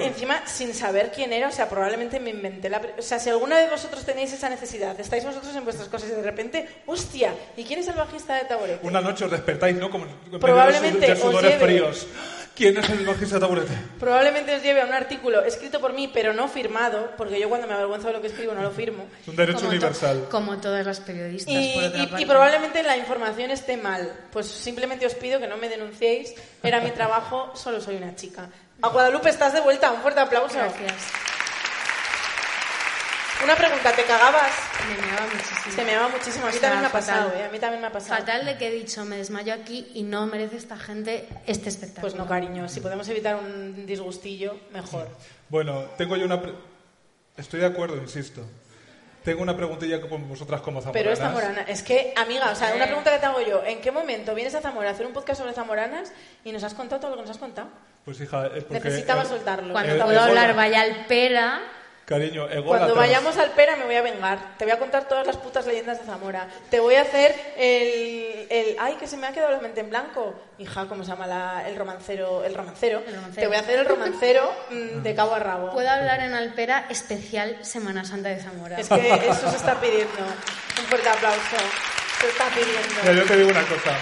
Speaker 1: Encima, sin saber quién era, o sea, probablemente me inventé la... pre- O sea, si alguna de vosotros tenéis esa necesidad, estáis vosotros en vuestras cosas y de repente, hostia, ¿y quién es el bajista de Taburete?
Speaker 2: Una noche os despertáis, ¿no? Como en medio de
Speaker 1: Probablemente
Speaker 2: su- de
Speaker 1: os
Speaker 2: sudores
Speaker 1: lleve.
Speaker 2: fríos. ¿Quién es el bajista de Taburete?
Speaker 1: Probablemente os lleve a un artículo escrito por mí, pero no firmado, porque yo cuando me avergüenzo de lo que escribo no lo firmo.
Speaker 2: Es un derecho
Speaker 3: Como to-
Speaker 2: universal.
Speaker 3: como todas las periodistas,
Speaker 1: Y,
Speaker 3: por otra
Speaker 1: y- y
Speaker 3: parte.
Speaker 1: probablemente la información esté mal. Pues simplemente os pido que no me denunciéis. Era mi trabajo, solo soy una chica. A Guadalupe estás de vuelta. Un fuerte aplauso.
Speaker 3: Gracias.
Speaker 1: Una pregunta, ¿te cagabas?
Speaker 3: Me meaba muchísimo.
Speaker 1: Se me va muchísimo. A mí
Speaker 3: O sea,
Speaker 1: también me ha pasado,
Speaker 3: fatal.
Speaker 1: ¿eh? A mí también me ha pasado.
Speaker 3: Fatal de que he dicho, me desmayo aquí y no merece esta gente este espectáculo.
Speaker 1: Pues no, cariño. Si podemos evitar un disgustillo, mejor.
Speaker 2: Bueno, tengo yo una. pre- Estoy de acuerdo, insisto. Tengo una preguntilla con vosotras como zamoranas.
Speaker 1: Pero es Zamorana. Es que, amiga, o
Speaker 3: Eh.
Speaker 1: sea, una pregunta que te hago yo. ¿En qué momento vienes a Zamora a hacer un podcast sobre Zamoranas y nos has contado todo lo que nos has contado?
Speaker 2: Pues hija, es porque...
Speaker 1: Necesitaba
Speaker 2: eh,
Speaker 1: soltarlo.
Speaker 3: Cuando
Speaker 2: Eh,
Speaker 3: puedo
Speaker 2: ególatra.
Speaker 3: hablar, vaya al pera.
Speaker 2: Cariño, ególatras.
Speaker 1: Cuando vayamos al Pera me voy a vengar. Te voy a contar todas las putas leyendas de Zamora. Te voy a hacer el... el- ay, que se me ha quedado la mente en blanco. Hija, ¿cómo se llama la- el, romancero, el romancero?
Speaker 3: El romancero.
Speaker 1: Te voy a hacer el romancero mm, de cabo a rabo.
Speaker 3: Puedo hablar en Alpera especial Semana Santa de Zamora.
Speaker 1: Es que eso se está pidiendo. Un fuerte aplauso. Se está
Speaker 2: Mira,
Speaker 1: pidiendo.
Speaker 2: yo te digo una cosa.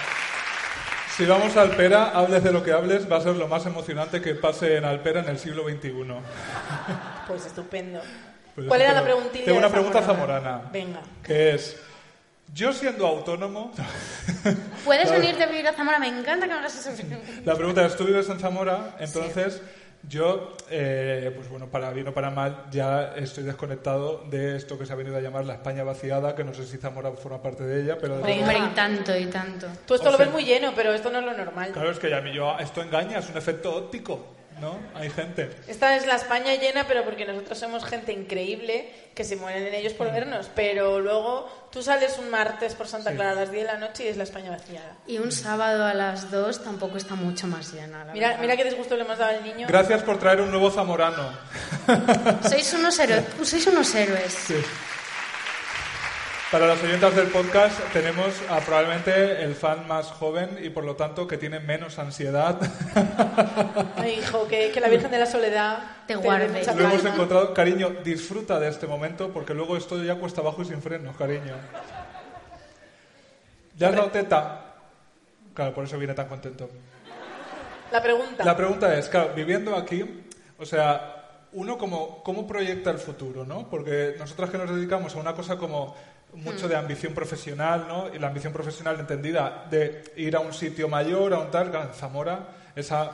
Speaker 2: Si vamos a Alpera, hables de lo que hables, va a ser lo más emocionante que pase en Alpera en el siglo XXI.
Speaker 1: Pues estupendo.
Speaker 2: Pues yo
Speaker 1: ¿Cuál era
Speaker 2: siempre
Speaker 1: la
Speaker 2: lo-
Speaker 1: preguntilla?
Speaker 2: Tengo
Speaker 1: de
Speaker 2: una pregunta zamorana.
Speaker 1: Venga.
Speaker 2: Que es, yo siendo autónomo,
Speaker 3: ¿Puedes venirte a vivir a Zamora? Me encanta que me hagas esa pregunta.
Speaker 2: la pregunta es, tú vives en Zamora, entonces yo, eh, pues bueno, para bien o para mal, ya estoy desconectado de esto que se ha venido a llamar la España vaciada, que no sé si Zamora forma parte de ella, pero...
Speaker 1: Venga.
Speaker 3: Hombre, y tanto, y tanto.
Speaker 1: Tú esto
Speaker 2: O
Speaker 1: lo
Speaker 2: sea-
Speaker 1: ves muy lleno, pero esto no es lo normal.
Speaker 2: Claro, es que ya a mí yo, esto engaña, es un efecto óptico, ¿no? Hay gente.
Speaker 1: Esta es la España llena, pero porque nosotros somos gente increíble que se mueren en ellos por
Speaker 2: Mm.
Speaker 1: vernos. Pero luego tú sales un martes por Santa Clara a las 10 de la noche y es la España vaciada.
Speaker 3: Y un sábado a las 2 tampoco está mucho más llena, la
Speaker 1: Mira,
Speaker 3: verdad.
Speaker 1: mira qué disgusto le hemos dado al niño.
Speaker 2: Gracias por traer un nuevo zamorano.
Speaker 3: Sois unos héroes. Sois unos héroes.
Speaker 2: Sí. Para los oyentes del podcast tenemos a probablemente el fan más joven y por lo tanto que tiene menos ansiedad.
Speaker 1: Ay, hijo, que, que la Virgen de la Soledad
Speaker 3: Te
Speaker 1: dé
Speaker 3: guarde.
Speaker 1: mucha
Speaker 2: Lo hemos
Speaker 1: calma.
Speaker 2: encontrado, cariño, disfruta de este momento porque luego esto ya cuesta abajo y sin frenos, cariño. ¿Ya has dado teta? Claro, por eso viene tan contento.
Speaker 1: La pregunta.
Speaker 2: La pregunta es, claro, viviendo aquí, o sea, uno como, ¿cómo proyecta el futuro, no? Porque nosotras que nos dedicamos a una cosa como mucho de ambición profesional, ¿no? Y la ambición profesional entendida de ir a un sitio mayor, a un tal, claro, en Zamora, esa,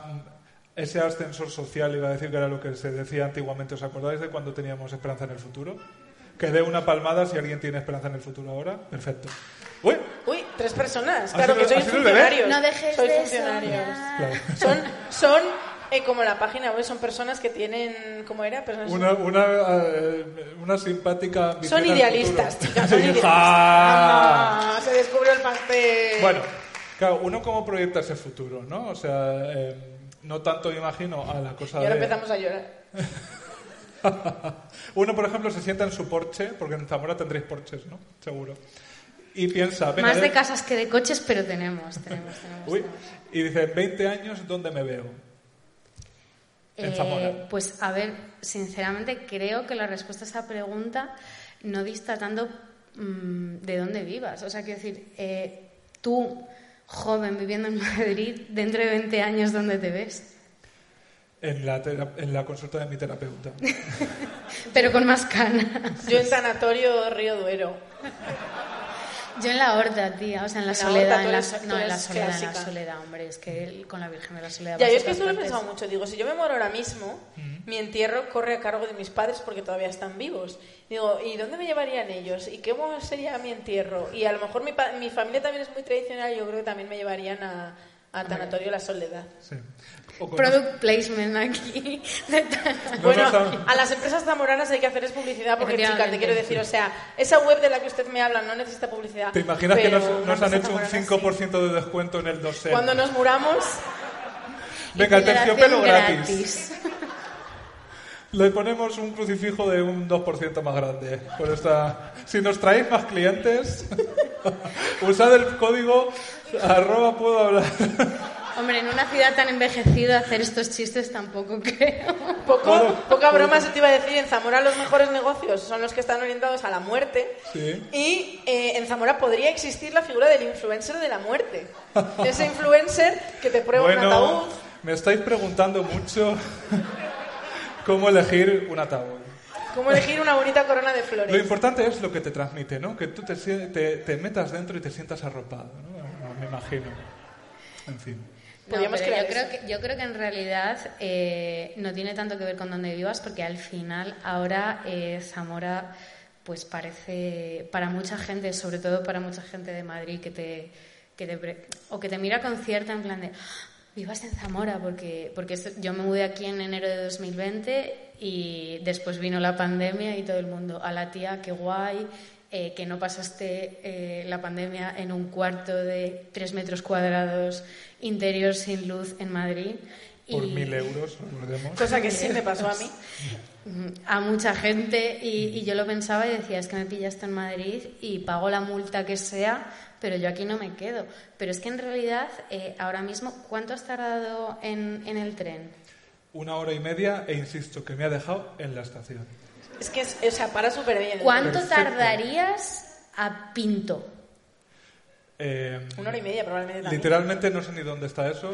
Speaker 2: ese ascensor social, iba a decir que era lo que se decía antiguamente, ¿os acordáis de cuando teníamos esperanza en el futuro? Que dé una palmada si alguien tiene esperanza en el futuro ahora. Perfecto. ¡Uy!
Speaker 1: Uy, tres personas.
Speaker 2: Ha
Speaker 1: Claro
Speaker 2: sido-
Speaker 1: que sois
Speaker 2: ha sido el bebé.
Speaker 1: funcionarios.
Speaker 3: No dejes
Speaker 1: sois
Speaker 3: de
Speaker 1: funcionarios.
Speaker 3: soñar.
Speaker 2: Claro.
Speaker 1: Son, son eh, como la página web, son personas que tienen, ¿cómo era? Personas
Speaker 2: Una, una, eh, una simpática. ambición
Speaker 1: Son
Speaker 2: al
Speaker 1: idealistas,
Speaker 2: futuro.
Speaker 1: chicas, son
Speaker 2: Sí,
Speaker 1: idealistas.
Speaker 2: ¡ah!
Speaker 1: Anda, se descubrió el pastel.
Speaker 2: Bueno, claro, uno cómo proyecta ese futuro, ¿no? O sea, eh, no tanto me imagino a la
Speaker 1: y
Speaker 2: cosa
Speaker 1: ahora
Speaker 2: de-
Speaker 1: empezamos a llorar.
Speaker 2: uno, por ejemplo, se sienta en su porche, porque en Zamora tendréis porches, ¿no? Seguro. Y piensa, venga,
Speaker 3: Más de
Speaker 2: eh,
Speaker 3: casas que de coches, pero tenemos, tenemos, tenemos.
Speaker 2: uy,
Speaker 3: tenemos.
Speaker 2: y dice, en 20 años, ¿dónde me veo? En
Speaker 3: Eh,
Speaker 2: Zamora.
Speaker 3: Pues a ver, sinceramente creo que la respuesta a esa pregunta no dista tanto mm, de dónde vivas. O sea, quiero decir, eh, tú, joven, viviendo en Madrid, dentro de 20 años, ¿dónde te ves?
Speaker 2: En la, tera- en la consulta de mi terapeuta.
Speaker 3: Pero con más canas.
Speaker 1: Yo en sanatorio Río Duero.
Speaker 3: Yo en la horta, tía, o sea, en la,
Speaker 1: En la
Speaker 3: soledad,
Speaker 1: horta, tú
Speaker 3: en la,
Speaker 1: eres-
Speaker 3: so-
Speaker 1: tú
Speaker 3: no, en la
Speaker 1: eres
Speaker 3: soledad, en la
Speaker 1: clásica.
Speaker 3: soledad, hombre, es que él con la Virgen de la Soledad.
Speaker 1: Ya,
Speaker 3: vas
Speaker 1: yo
Speaker 3: a
Speaker 1: es que
Speaker 3: todas
Speaker 1: eso lo he
Speaker 3: partes.
Speaker 1: pensado mucho. Digo, si yo me muero ahora mismo, mi entierro corre a cargo de mis padres porque todavía están vivos. Digo, ¿y dónde me llevarían ellos? ¿Y cómo sería mi entierro? Y a lo mejor mi, pa- mi familia también es muy tradicional. Yo creo que también me llevarían a, a Tanatorio La Soledad.
Speaker 2: Sí. O con-
Speaker 3: Product placement aquí.
Speaker 2: No,
Speaker 1: Bueno,
Speaker 2: no, está-
Speaker 1: a las empresas zamoranas hay que hacerles publicidad porque, chicas, te
Speaker 3: Efectivamente.
Speaker 1: quiero decir, o sea, esa web de la que usted me habla no necesita publicidad.
Speaker 2: ¿Te imaginas que
Speaker 1: pero
Speaker 2: nos,
Speaker 1: una
Speaker 2: nos han
Speaker 1: empresa
Speaker 2: hecho un
Speaker 1: zamorana sí.
Speaker 2: 5% de descuento en el 12?
Speaker 1: Cuando nos muramos,
Speaker 2: Venga, el
Speaker 3: Integración
Speaker 2: terciopelo gratis. Le ponemos un crucifijo de un 2% más grande. Por esta... Si nos traéis más clientes, usad el código arroba puedo hablar.
Speaker 3: Hombre, en una ciudad tan envejecida hacer estos chistes tampoco creo.
Speaker 1: poco,
Speaker 2: Claro.
Speaker 1: poca broma se te iba a decir, en Zamora los mejores negocios son los que están orientados a la muerte.
Speaker 2: Sí.
Speaker 1: Y eh, en Zamora podría existir la figura del influencer de la muerte. Ese influencer que te prueba un
Speaker 2: Bueno,
Speaker 1: ataúd.
Speaker 2: me estáis preguntando mucho cómo elegir un ataúd.
Speaker 1: Cómo elegir una bonita corona de
Speaker 2: Lo
Speaker 1: flores.
Speaker 2: importante es lo que te transmite, ¿no? Que tú te, sien- te, te metas dentro y te sientas arropado, ¿no? Bueno, Me imagino. En fin.
Speaker 3: No,
Speaker 1: Podríamos
Speaker 3: pero
Speaker 1: crear
Speaker 3: yo, creo
Speaker 1: eso.
Speaker 3: que, yo creo que en realidad eh, no tiene tanto que ver con dónde vivas, porque al final ahora eh, Zamora pues parece para mucha gente, sobre todo para mucha gente de Madrid que te, que te pre- o que te mira con cierta en plan de "Ah, vivas en Zamora porque porque esto- yo me mudé aquí en enero de 2020 y después vino la pandemia y todo el mundo a la tía qué guay eh, que no pasaste eh, la pandemia en un cuarto de tres metros cuadrados interior sin luz en Madrid.
Speaker 2: Por
Speaker 3: Y-
Speaker 2: mil euros, recordemos.
Speaker 1: Cosa que sí me pasó a mí.
Speaker 3: Mm, a mucha gente y, y yo lo pensaba y decía, es que me pillaste en Madrid y pago la multa que sea, pero yo aquí no me quedo. Pero es que en realidad, eh, ahora mismo, ¿cuánto has tardado en, en el tren?
Speaker 2: Una hora y media, e insisto, que me ha dejado en la estación.
Speaker 1: Es que, es- o sea, para súper bien.
Speaker 3: ¿Cuánto
Speaker 2: Perfecto.
Speaker 3: tardarías a Pinto?
Speaker 2: Eh,
Speaker 1: Una hora y media probablemente también.
Speaker 2: Literalmente no sé ni dónde está eso.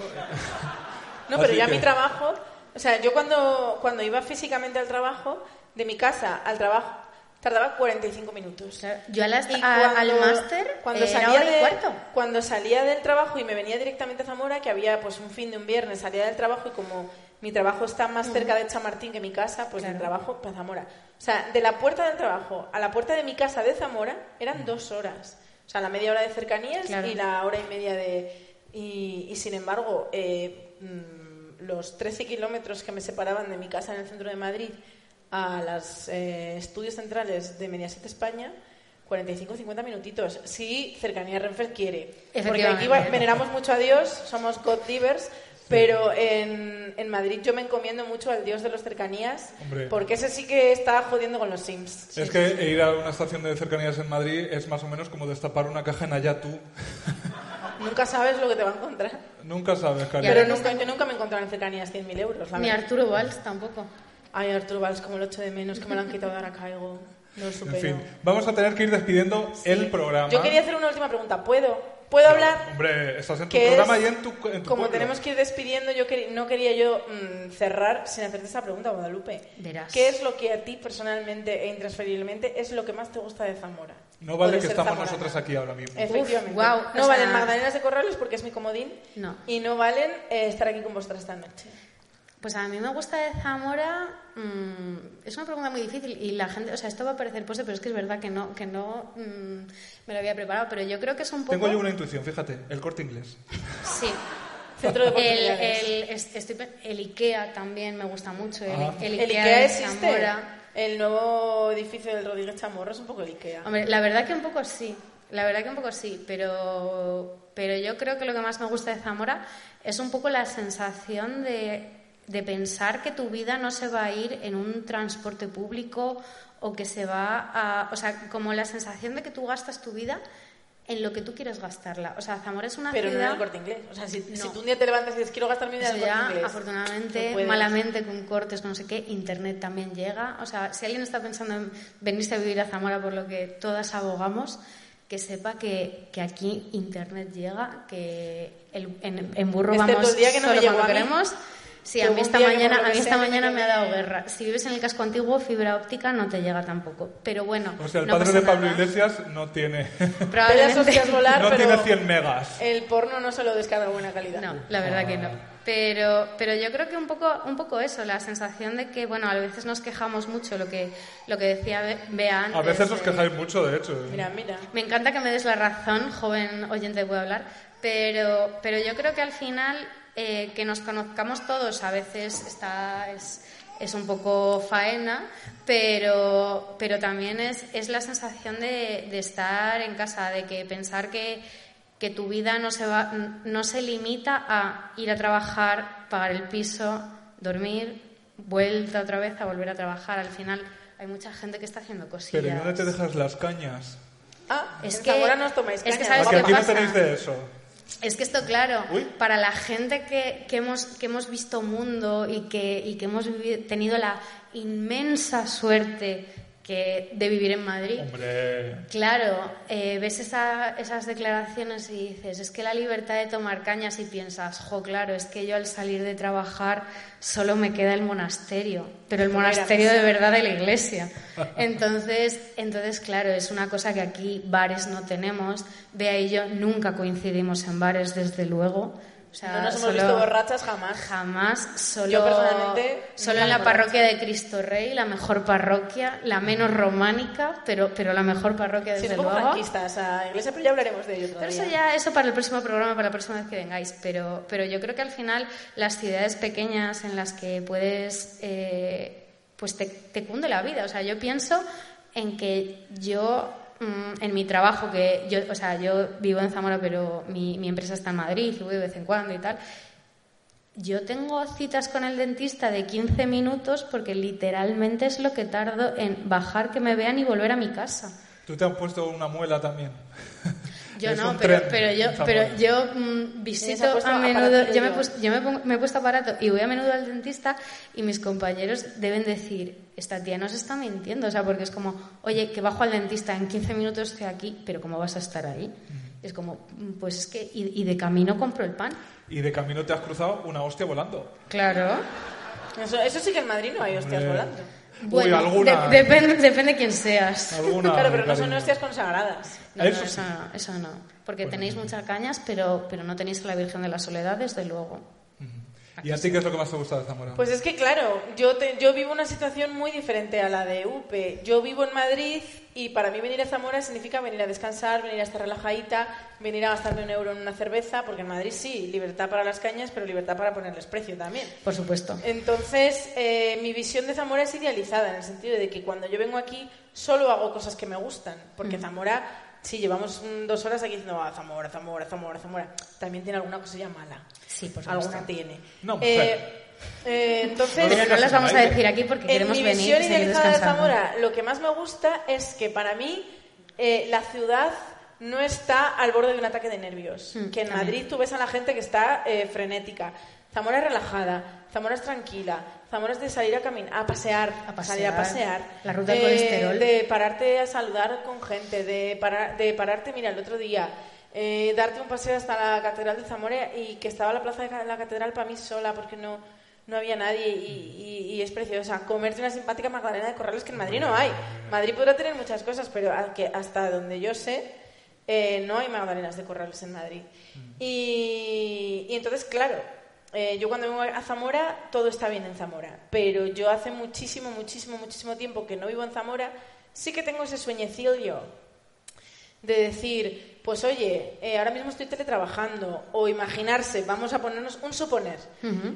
Speaker 1: No, pero
Speaker 2: Así
Speaker 1: ya
Speaker 2: que-
Speaker 1: mi trabajo O sea, yo cuando, cuando iba físicamente al trabajo, de mi casa al trabajo, tardaba 45 minutos.
Speaker 3: Claro, yo a las-
Speaker 1: Y
Speaker 3: a- al
Speaker 1: cuando-
Speaker 3: máster eh,
Speaker 1: cuando
Speaker 3: era
Speaker 1: salía
Speaker 3: hora y
Speaker 1: de-
Speaker 3: cuarto.
Speaker 1: Cuando salía del trabajo y me venía directamente a Zamora, que había pues un fin de un viernes, salía del trabajo y como mi trabajo está más cerca de Chamartín que mi casa, pues mi trabajo para Zamora. O sea, de la puerta del trabajo a la puerta de mi casa de Zamora eran dos horas. O sea, la media hora de cercanías
Speaker 3: Claro.
Speaker 1: y la hora y media de... Y, y sin embargo, eh, mm, los 13 kilómetros que me separaban de mi casa en el centro de Madrid a los estudios centrales de Mediaset España, 45-50 minutitos, si Cercanía Renfe quiere. Porque aquí va-
Speaker 3: Efectivamente.
Speaker 1: veneramos mucho a Dios, somos God Divers, pero en, en Madrid yo me encomiendo mucho al Dios de los cercanías,
Speaker 2: Hombre.
Speaker 1: porque ese sí que está jodiendo con los Sims.
Speaker 2: Es que ir a una estación de cercanías en Madrid es más o menos como destapar una caja en Ayatú.
Speaker 1: Nunca sabes lo que te va a encontrar.
Speaker 2: Nunca sabes, cariño.
Speaker 1: Pero
Speaker 3: ahora
Speaker 1: nunca, yo nunca me he encontrado en cercanías 100.000 euros. la
Speaker 3: Ni
Speaker 1: verdad.
Speaker 3: Arturo Valls tampoco.
Speaker 1: Ay, Arturo Valls, como lo echo de menos, que me lo han quitado, ahora caigo. No lo supero.
Speaker 2: En fin, vamos a tener que ir despidiendo el programa.
Speaker 1: Yo quería hacer una última pregunta. ¿Puedo? ¿Puedo hablar?
Speaker 2: Hombre, estás en tu
Speaker 1: Que
Speaker 2: programa
Speaker 1: es-
Speaker 2: y en tu, en tu
Speaker 1: Como
Speaker 2: pueblo.
Speaker 1: tenemos que ir despidiendo, yo queri- no quería yo mm, cerrar sin hacerte esa pregunta, Guadalupe.
Speaker 3: Verás.
Speaker 1: ¿Qué es lo que a ti personalmente e intransferiblemente es lo que más te gusta de Zamora?
Speaker 2: No vale
Speaker 1: Puede
Speaker 2: que
Speaker 1: ser
Speaker 2: estamos
Speaker 1: zamorana.
Speaker 2: nosotras aquí ahora mismo.
Speaker 1: Efectivamente.
Speaker 3: Uf, guau,
Speaker 1: no
Speaker 3: o
Speaker 1: valen
Speaker 3: sea-
Speaker 1: magdalenas de corrales porque es mi comodín.
Speaker 3: No.
Speaker 1: Y no valen eh, estar aquí con vosotras esta noche.
Speaker 3: Pues a mí me gusta de Zamora. mm, es una pregunta muy difícil y la gente, o sea, esto va a parecer pose, pero es que es verdad que no, que no mm, me lo había preparado. Pero yo creo que es un poco.
Speaker 2: Tengo yo una intuición, fíjate, el corte inglés.
Speaker 3: Sí.
Speaker 1: Centro de
Speaker 3: El,
Speaker 1: oportunidades.
Speaker 3: el, es- estoy pe- el IKEA también me gusta mucho. El,
Speaker 2: Ah.
Speaker 3: el
Speaker 1: El IKEA,
Speaker 3: IKEA, de
Speaker 1: existe.
Speaker 3: Zamora.
Speaker 1: El nuevo edificio del Rodríguez Chamorro es un poco el IKEA.
Speaker 3: Hombre, la verdad que un poco sí. La verdad que un poco sí, pero, pero yo creo que lo que más me gusta de Zamora es un poco la sensación de, de pensar que tu vida no se va a ir en un transporte público o que se va a. O sea, como la sensación de que tú gastas tu vida en lo que tú quieres gastarla. O sea, Zamora es una
Speaker 1: Pero no en
Speaker 3: ciudad.
Speaker 1: el corte inglés. O sea, si,
Speaker 3: No.
Speaker 1: si tú un día te levantas y dices quiero gastar mi dinero
Speaker 3: Eso
Speaker 1: en el corte
Speaker 3: ya,
Speaker 1: inglés. no
Speaker 3: afortunadamente,
Speaker 1: puedes.
Speaker 3: malamente, con cortes, con no sé qué, internet también llega. O sea, si alguien está pensando en venirse a vivir a Zamora, por lo que todas abogamos, que sepa que, que aquí internet llega, que el- en, en burro
Speaker 1: Excepto
Speaker 3: vamos
Speaker 1: el día que no me
Speaker 3: solo
Speaker 1: llegó
Speaker 3: cuando
Speaker 1: a mí.
Speaker 3: queremos. Sí,
Speaker 1: Que
Speaker 3: a
Speaker 1: hubo
Speaker 3: mí
Speaker 1: un
Speaker 3: esta
Speaker 1: día que por lo
Speaker 3: mañana, a
Speaker 1: que sea
Speaker 3: mí esta
Speaker 1: no me
Speaker 3: mañana me ha
Speaker 1: llegó.
Speaker 3: dado guerra. Si vives en el casco antiguo, fibra óptica no te llega tampoco. Pero bueno,
Speaker 2: O sea, el
Speaker 3: no
Speaker 2: padre
Speaker 3: pasa
Speaker 2: de Pablo
Speaker 3: nada.
Speaker 2: Iglesias no tiene,
Speaker 1: Pedazos
Speaker 3: Probablemente-
Speaker 1: que has volado,
Speaker 2: no
Speaker 1: pero
Speaker 2: tiene 100 megas.
Speaker 1: El porno no se lo descarga a buena calidad.
Speaker 3: No, la verdad que no. Pero, pero yo creo que un poco, un poco eso, la sensación de que, bueno, a veces nos quejamos mucho, lo que, lo que decía Be- Bea antes.
Speaker 2: A veces os
Speaker 3: eh,
Speaker 2: quejáis mucho, de hecho.
Speaker 1: Mira, mira.
Speaker 3: Me encanta que me des la razón, joven oyente de Puedo Hablar, pero, pero yo creo que al final eh, que nos conozcamos todos a veces está, es, es un poco faena, pero, pero también es, es la sensación de, de estar en casa, de que pensar que, que tu vida no se, va, no se limita a ir a trabajar, pagar el piso, dormir, vuelta otra vez a volver a trabajar. Al final hay mucha gente que está haciendo cosillas.
Speaker 2: Pero ¿y dónde te dejas las cañas?
Speaker 1: Ah,
Speaker 3: Es
Speaker 1: en
Speaker 3: que-
Speaker 1: Zamora no os tomáis
Speaker 3: es que
Speaker 1: caña,
Speaker 3: ¿sabes
Speaker 2: Porque
Speaker 1: guapa.
Speaker 3: qué
Speaker 2: aquí no
Speaker 3: pasa?
Speaker 2: tenéis de eso.
Speaker 3: Es que esto, claro,
Speaker 2: Uy.
Speaker 3: para la gente que, que hemos, que hemos visto mundo y que, y que hemos vivi- tenido la inmensa suerte que, de vivir en Madrid,
Speaker 2: Hombre,
Speaker 3: claro, eh, ves esa- esas declaraciones y dices, es que la libertad de tomar cañas y piensas, jo, claro, es que yo al salir de trabajar solo me queda el monasterio, pero el
Speaker 1: Comer a
Speaker 3: monasterio
Speaker 1: misa.
Speaker 3: de verdad de la iglesia. Entonces, entonces claro, es una cosa que aquí bares no tenemos. Bea y yo nunca coincidimos en bares, desde luego. O sea,
Speaker 1: No nos hemos
Speaker 3: solo-
Speaker 1: visto borrachas jamás.
Speaker 3: Jamás, solo,
Speaker 1: Yo personalmente nunca me
Speaker 3: solo en la
Speaker 1: borracho.
Speaker 3: parroquia de Cristo Rey, la mejor parroquia, la menos románica, pero, pero la mejor parroquia
Speaker 1: Sí,
Speaker 3: desde
Speaker 1: un poco
Speaker 3: luego.
Speaker 1: franquistas a iglesia, pero ya hablaremos de ello
Speaker 3: Pero
Speaker 1: todavía.
Speaker 3: eso ya, eso para el próximo programa, para la próxima vez que vengáis. Pero, pero yo creo que al final las ciudades pequeñas en las que puedes, eh, pues te, te cunde la vida. O sea, yo pienso en que yo, mm, en mi trabajo, que yo, o sea, yo vivo en Zamora, pero mi, mi empresa está en Madrid y voy de vez en cuando y tal. Yo tengo citas con el dentista de 15 minutos porque literalmente es lo que tardo en bajar, que me vean y volver a mi casa.
Speaker 2: tú te han puesto una muela también.
Speaker 3: Yo
Speaker 2: Es
Speaker 3: no,
Speaker 2: un
Speaker 3: pero,
Speaker 2: tren,
Speaker 3: pero yo,
Speaker 2: Zamora.
Speaker 3: pero yo mm,
Speaker 1: Y se ha
Speaker 3: visito
Speaker 1: puesto
Speaker 3: a menudo,
Speaker 1: aparato,
Speaker 3: yo, me, he
Speaker 1: yo.
Speaker 3: pus- yo me, pongo- me he puesto aparato y voy a menudo al dentista y mis compañeros deben decir, esta tía nos está mintiendo, o sea, porque es como, oye, que bajo al dentista, en 15 minutos estoy aquí, pero ¿cómo vas a estar ahí? Es como, "Mm, pues es que, y, y de camino compro el pan.
Speaker 2: Y de camino te has cruzado una hostia volando.
Speaker 3: Claro.
Speaker 1: Eso, eso sí que en Madrid no hay hostias
Speaker 2: Hombre.
Speaker 1: volando.
Speaker 2: Uy, alguna.
Speaker 3: de- depende, depende quién seas.
Speaker 2: Alguna,
Speaker 1: claro, pero no
Speaker 2: cariño.
Speaker 1: son hostias consagradas.
Speaker 3: No, no,
Speaker 2: Ah, Eso sí.
Speaker 3: esa, esa no. Porque tenéis muchas cañas, pero, pero no tenéis a la Virgen de la Soledad, desde luego.
Speaker 2: ¿Y a ti qué es lo que más te gusta de Zamora?
Speaker 1: Pues es que claro, yo, te- yo vivo una situación muy diferente a la de UPE. Yo vivo en Madrid y para mí venir a Zamora significa venir a descansar, venir a estar relajadita, venir a gastarme un euro en una cerveza, porque en Madrid sí, libertad para las cañas, pero libertad para ponerles precio también.
Speaker 3: Por supuesto.
Speaker 1: Entonces, eh, mi visión de Zamora es idealizada, en el sentido de que cuando yo vengo aquí solo hago cosas que me gustan, porque Zamora, si llevamos mm, dos horas aquí diciendo, ah, Zamora, Zamora, Zamora, Zamora, también tiene alguna cosilla mala.
Speaker 3: Sí, por supuesto.
Speaker 1: Alguna tiene.
Speaker 2: No,
Speaker 1: Eh, eh, entonces,
Speaker 3: Pero no las vamos a
Speaker 2: Aire.
Speaker 3: decir aquí porque
Speaker 1: en
Speaker 3: queremos
Speaker 1: Eh, mi
Speaker 3: venir y
Speaker 1: visión
Speaker 3: seguir
Speaker 1: idealizada de
Speaker 3: descansando.
Speaker 1: Zamora, lo que más me gusta es que para mí eh, la ciudad no está al borde de un ataque de nervios.
Speaker 3: Mm,
Speaker 1: que en
Speaker 3: también.
Speaker 1: Madrid tú ves a la gente que está eh, frenética. Zamora es relajada, Zamora es tranquila, Zamora es de salir a caminar, a pasear,
Speaker 3: A
Speaker 1: salir a
Speaker 3: pasear,
Speaker 1: pasear.
Speaker 3: la ruta del colesterol.
Speaker 1: De pararte a saludar con gente, de, para- de pararte, mira, el otro día, eh, darte un paseo hasta la Catedral de Zamora y que estaba la plaza de ca- la Catedral para mí sola porque no, no había nadie y, y- y es preciosa. Comerte una simpática magdalena de corrales que en Madrid no hay. Madrid podrá tener muchas cosas, pero a- que hasta donde yo sé, eh, no hay magdalenas de corrales en Madrid. Y, y entonces, claro, eh, yo cuando vengo a Zamora, todo está bien en Zamora. Pero yo hace muchísimo, muchísimo, muchísimo tiempo que no vivo en Zamora, sí que tengo ese sueñecillo de decir, pues oye, eh, ahora mismo estoy teletrabajando, o imaginarse, vamos a ponernos un suponer.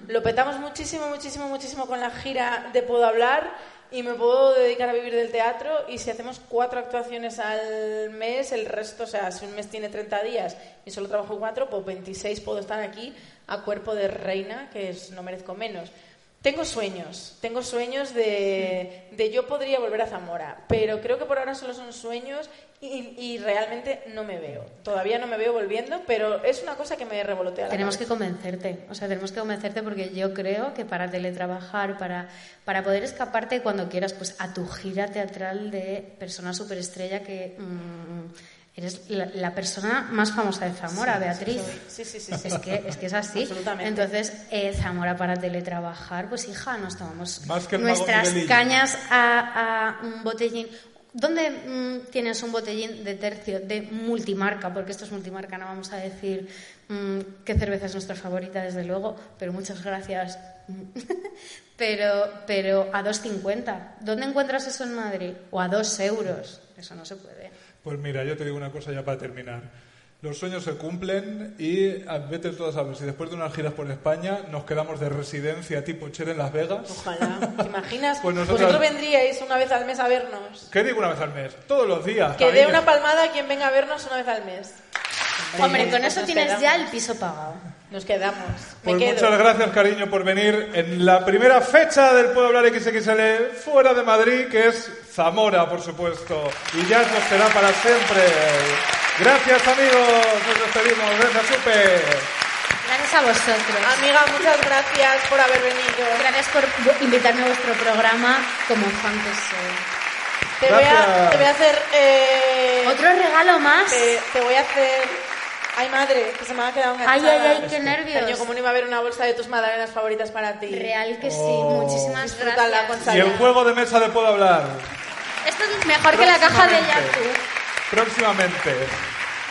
Speaker 1: Lo petamos muchísimo, muchísimo, muchísimo con la gira de Puedo Hablar y me puedo dedicar a vivir del teatro y si hacemos cuatro actuaciones al mes, el resto, o sea, si un mes tiene 30 días y solo trabajo cuatro, pues 26 puedo estar aquí a cuerpo de reina, que es, no merezco menos. Tengo sueños, tengo sueños de, de yo podría volver a Zamora, pero creo que por ahora solo son sueños y, y realmente no me veo. Todavía no me veo volviendo, pero es una cosa que me revolotea la
Speaker 3: Tenemos que
Speaker 1: cabeza.
Speaker 3: convencerte, o sea, tenemos que convencerte porque yo creo que para teletrabajar, para, para poder escaparte cuando quieras, pues a tu gira teatral de persona superestrella que mm, eres la, la persona más famosa de Zamora, Beatriz.
Speaker 1: Sí, sí, sí, sí.
Speaker 3: Es que, es que es así.
Speaker 1: Absolutamente.
Speaker 3: Entonces, eh, Zamora para teletrabajar, pues hija, nos tomamos
Speaker 2: Más que el mago
Speaker 3: nuestras
Speaker 2: Miguelillo.
Speaker 3: cañas a, a un botellín. ¿Dónde mm, tienes un botellín de tercio, de multimarca? Porque esto es multimarca, no vamos a decir mm, qué cerveza es nuestra favorita, desde luego, pero muchas gracias. pero, pero a 2,50. ¿Dónde encuentras eso en Madrid? O a 2 euros. Eso no se puede.
Speaker 2: Pues mira, yo te digo una cosa ya para terminar. Los sueños se cumplen y a- vete todas a ver si después de unas giras por España nos quedamos de residencia tipo Cher en Las Vegas.
Speaker 1: Ojalá, ¿te imaginas?
Speaker 2: Pues nosotras-
Speaker 1: Vosotros vendríais una vez al mes a vernos.
Speaker 2: ¿Qué digo una vez al mes? Todos los días.
Speaker 1: Que dé
Speaker 2: cariño.
Speaker 1: una palmada a quien venga a vernos una vez al mes.
Speaker 3: Hombre, con
Speaker 1: pues
Speaker 3: eso
Speaker 1: nos
Speaker 3: tienes
Speaker 1: quedamos.
Speaker 3: ya el piso pagado.
Speaker 1: Nos quedamos. Me
Speaker 2: Pues
Speaker 1: quedo.
Speaker 2: muchas gracias, cariño, por venir en la primera fecha del Pueblo Hablar XXL fuera de Madrid, que es Zamora, por supuesto. Y ya nos será para siempre. Gracias, amigos. Nos despedimos. Gracias, Super.
Speaker 3: Gracias a vosotros.
Speaker 1: Amiga, muchas gracias por haber venido.
Speaker 3: Gracias por vu- invitarme a vuestro programa como fan que soy.
Speaker 1: Te voy a,
Speaker 2: Gracias.
Speaker 1: te voy a hacer... eh,
Speaker 3: Otro regalo más.
Speaker 1: te, te voy a hacer... Ay, madre, que se me ha quedado enganchada.
Speaker 3: Ay, ay, ay,
Speaker 1: Este,
Speaker 3: qué nervios.
Speaker 1: Coño, ¿cómo no iba a haber una bolsa de tus magdalenas favoritas para ti?
Speaker 3: Real que sí,
Speaker 2: Oh.
Speaker 3: muchísimas
Speaker 1: Disfrútala,
Speaker 3: gracias.
Speaker 1: Gonzalo.
Speaker 2: Y el juego de mesa de Puedo Hablar.
Speaker 3: Esto es mejor que la caja de
Speaker 2: Próximamente.
Speaker 3: Yaku.
Speaker 2: Próximamente.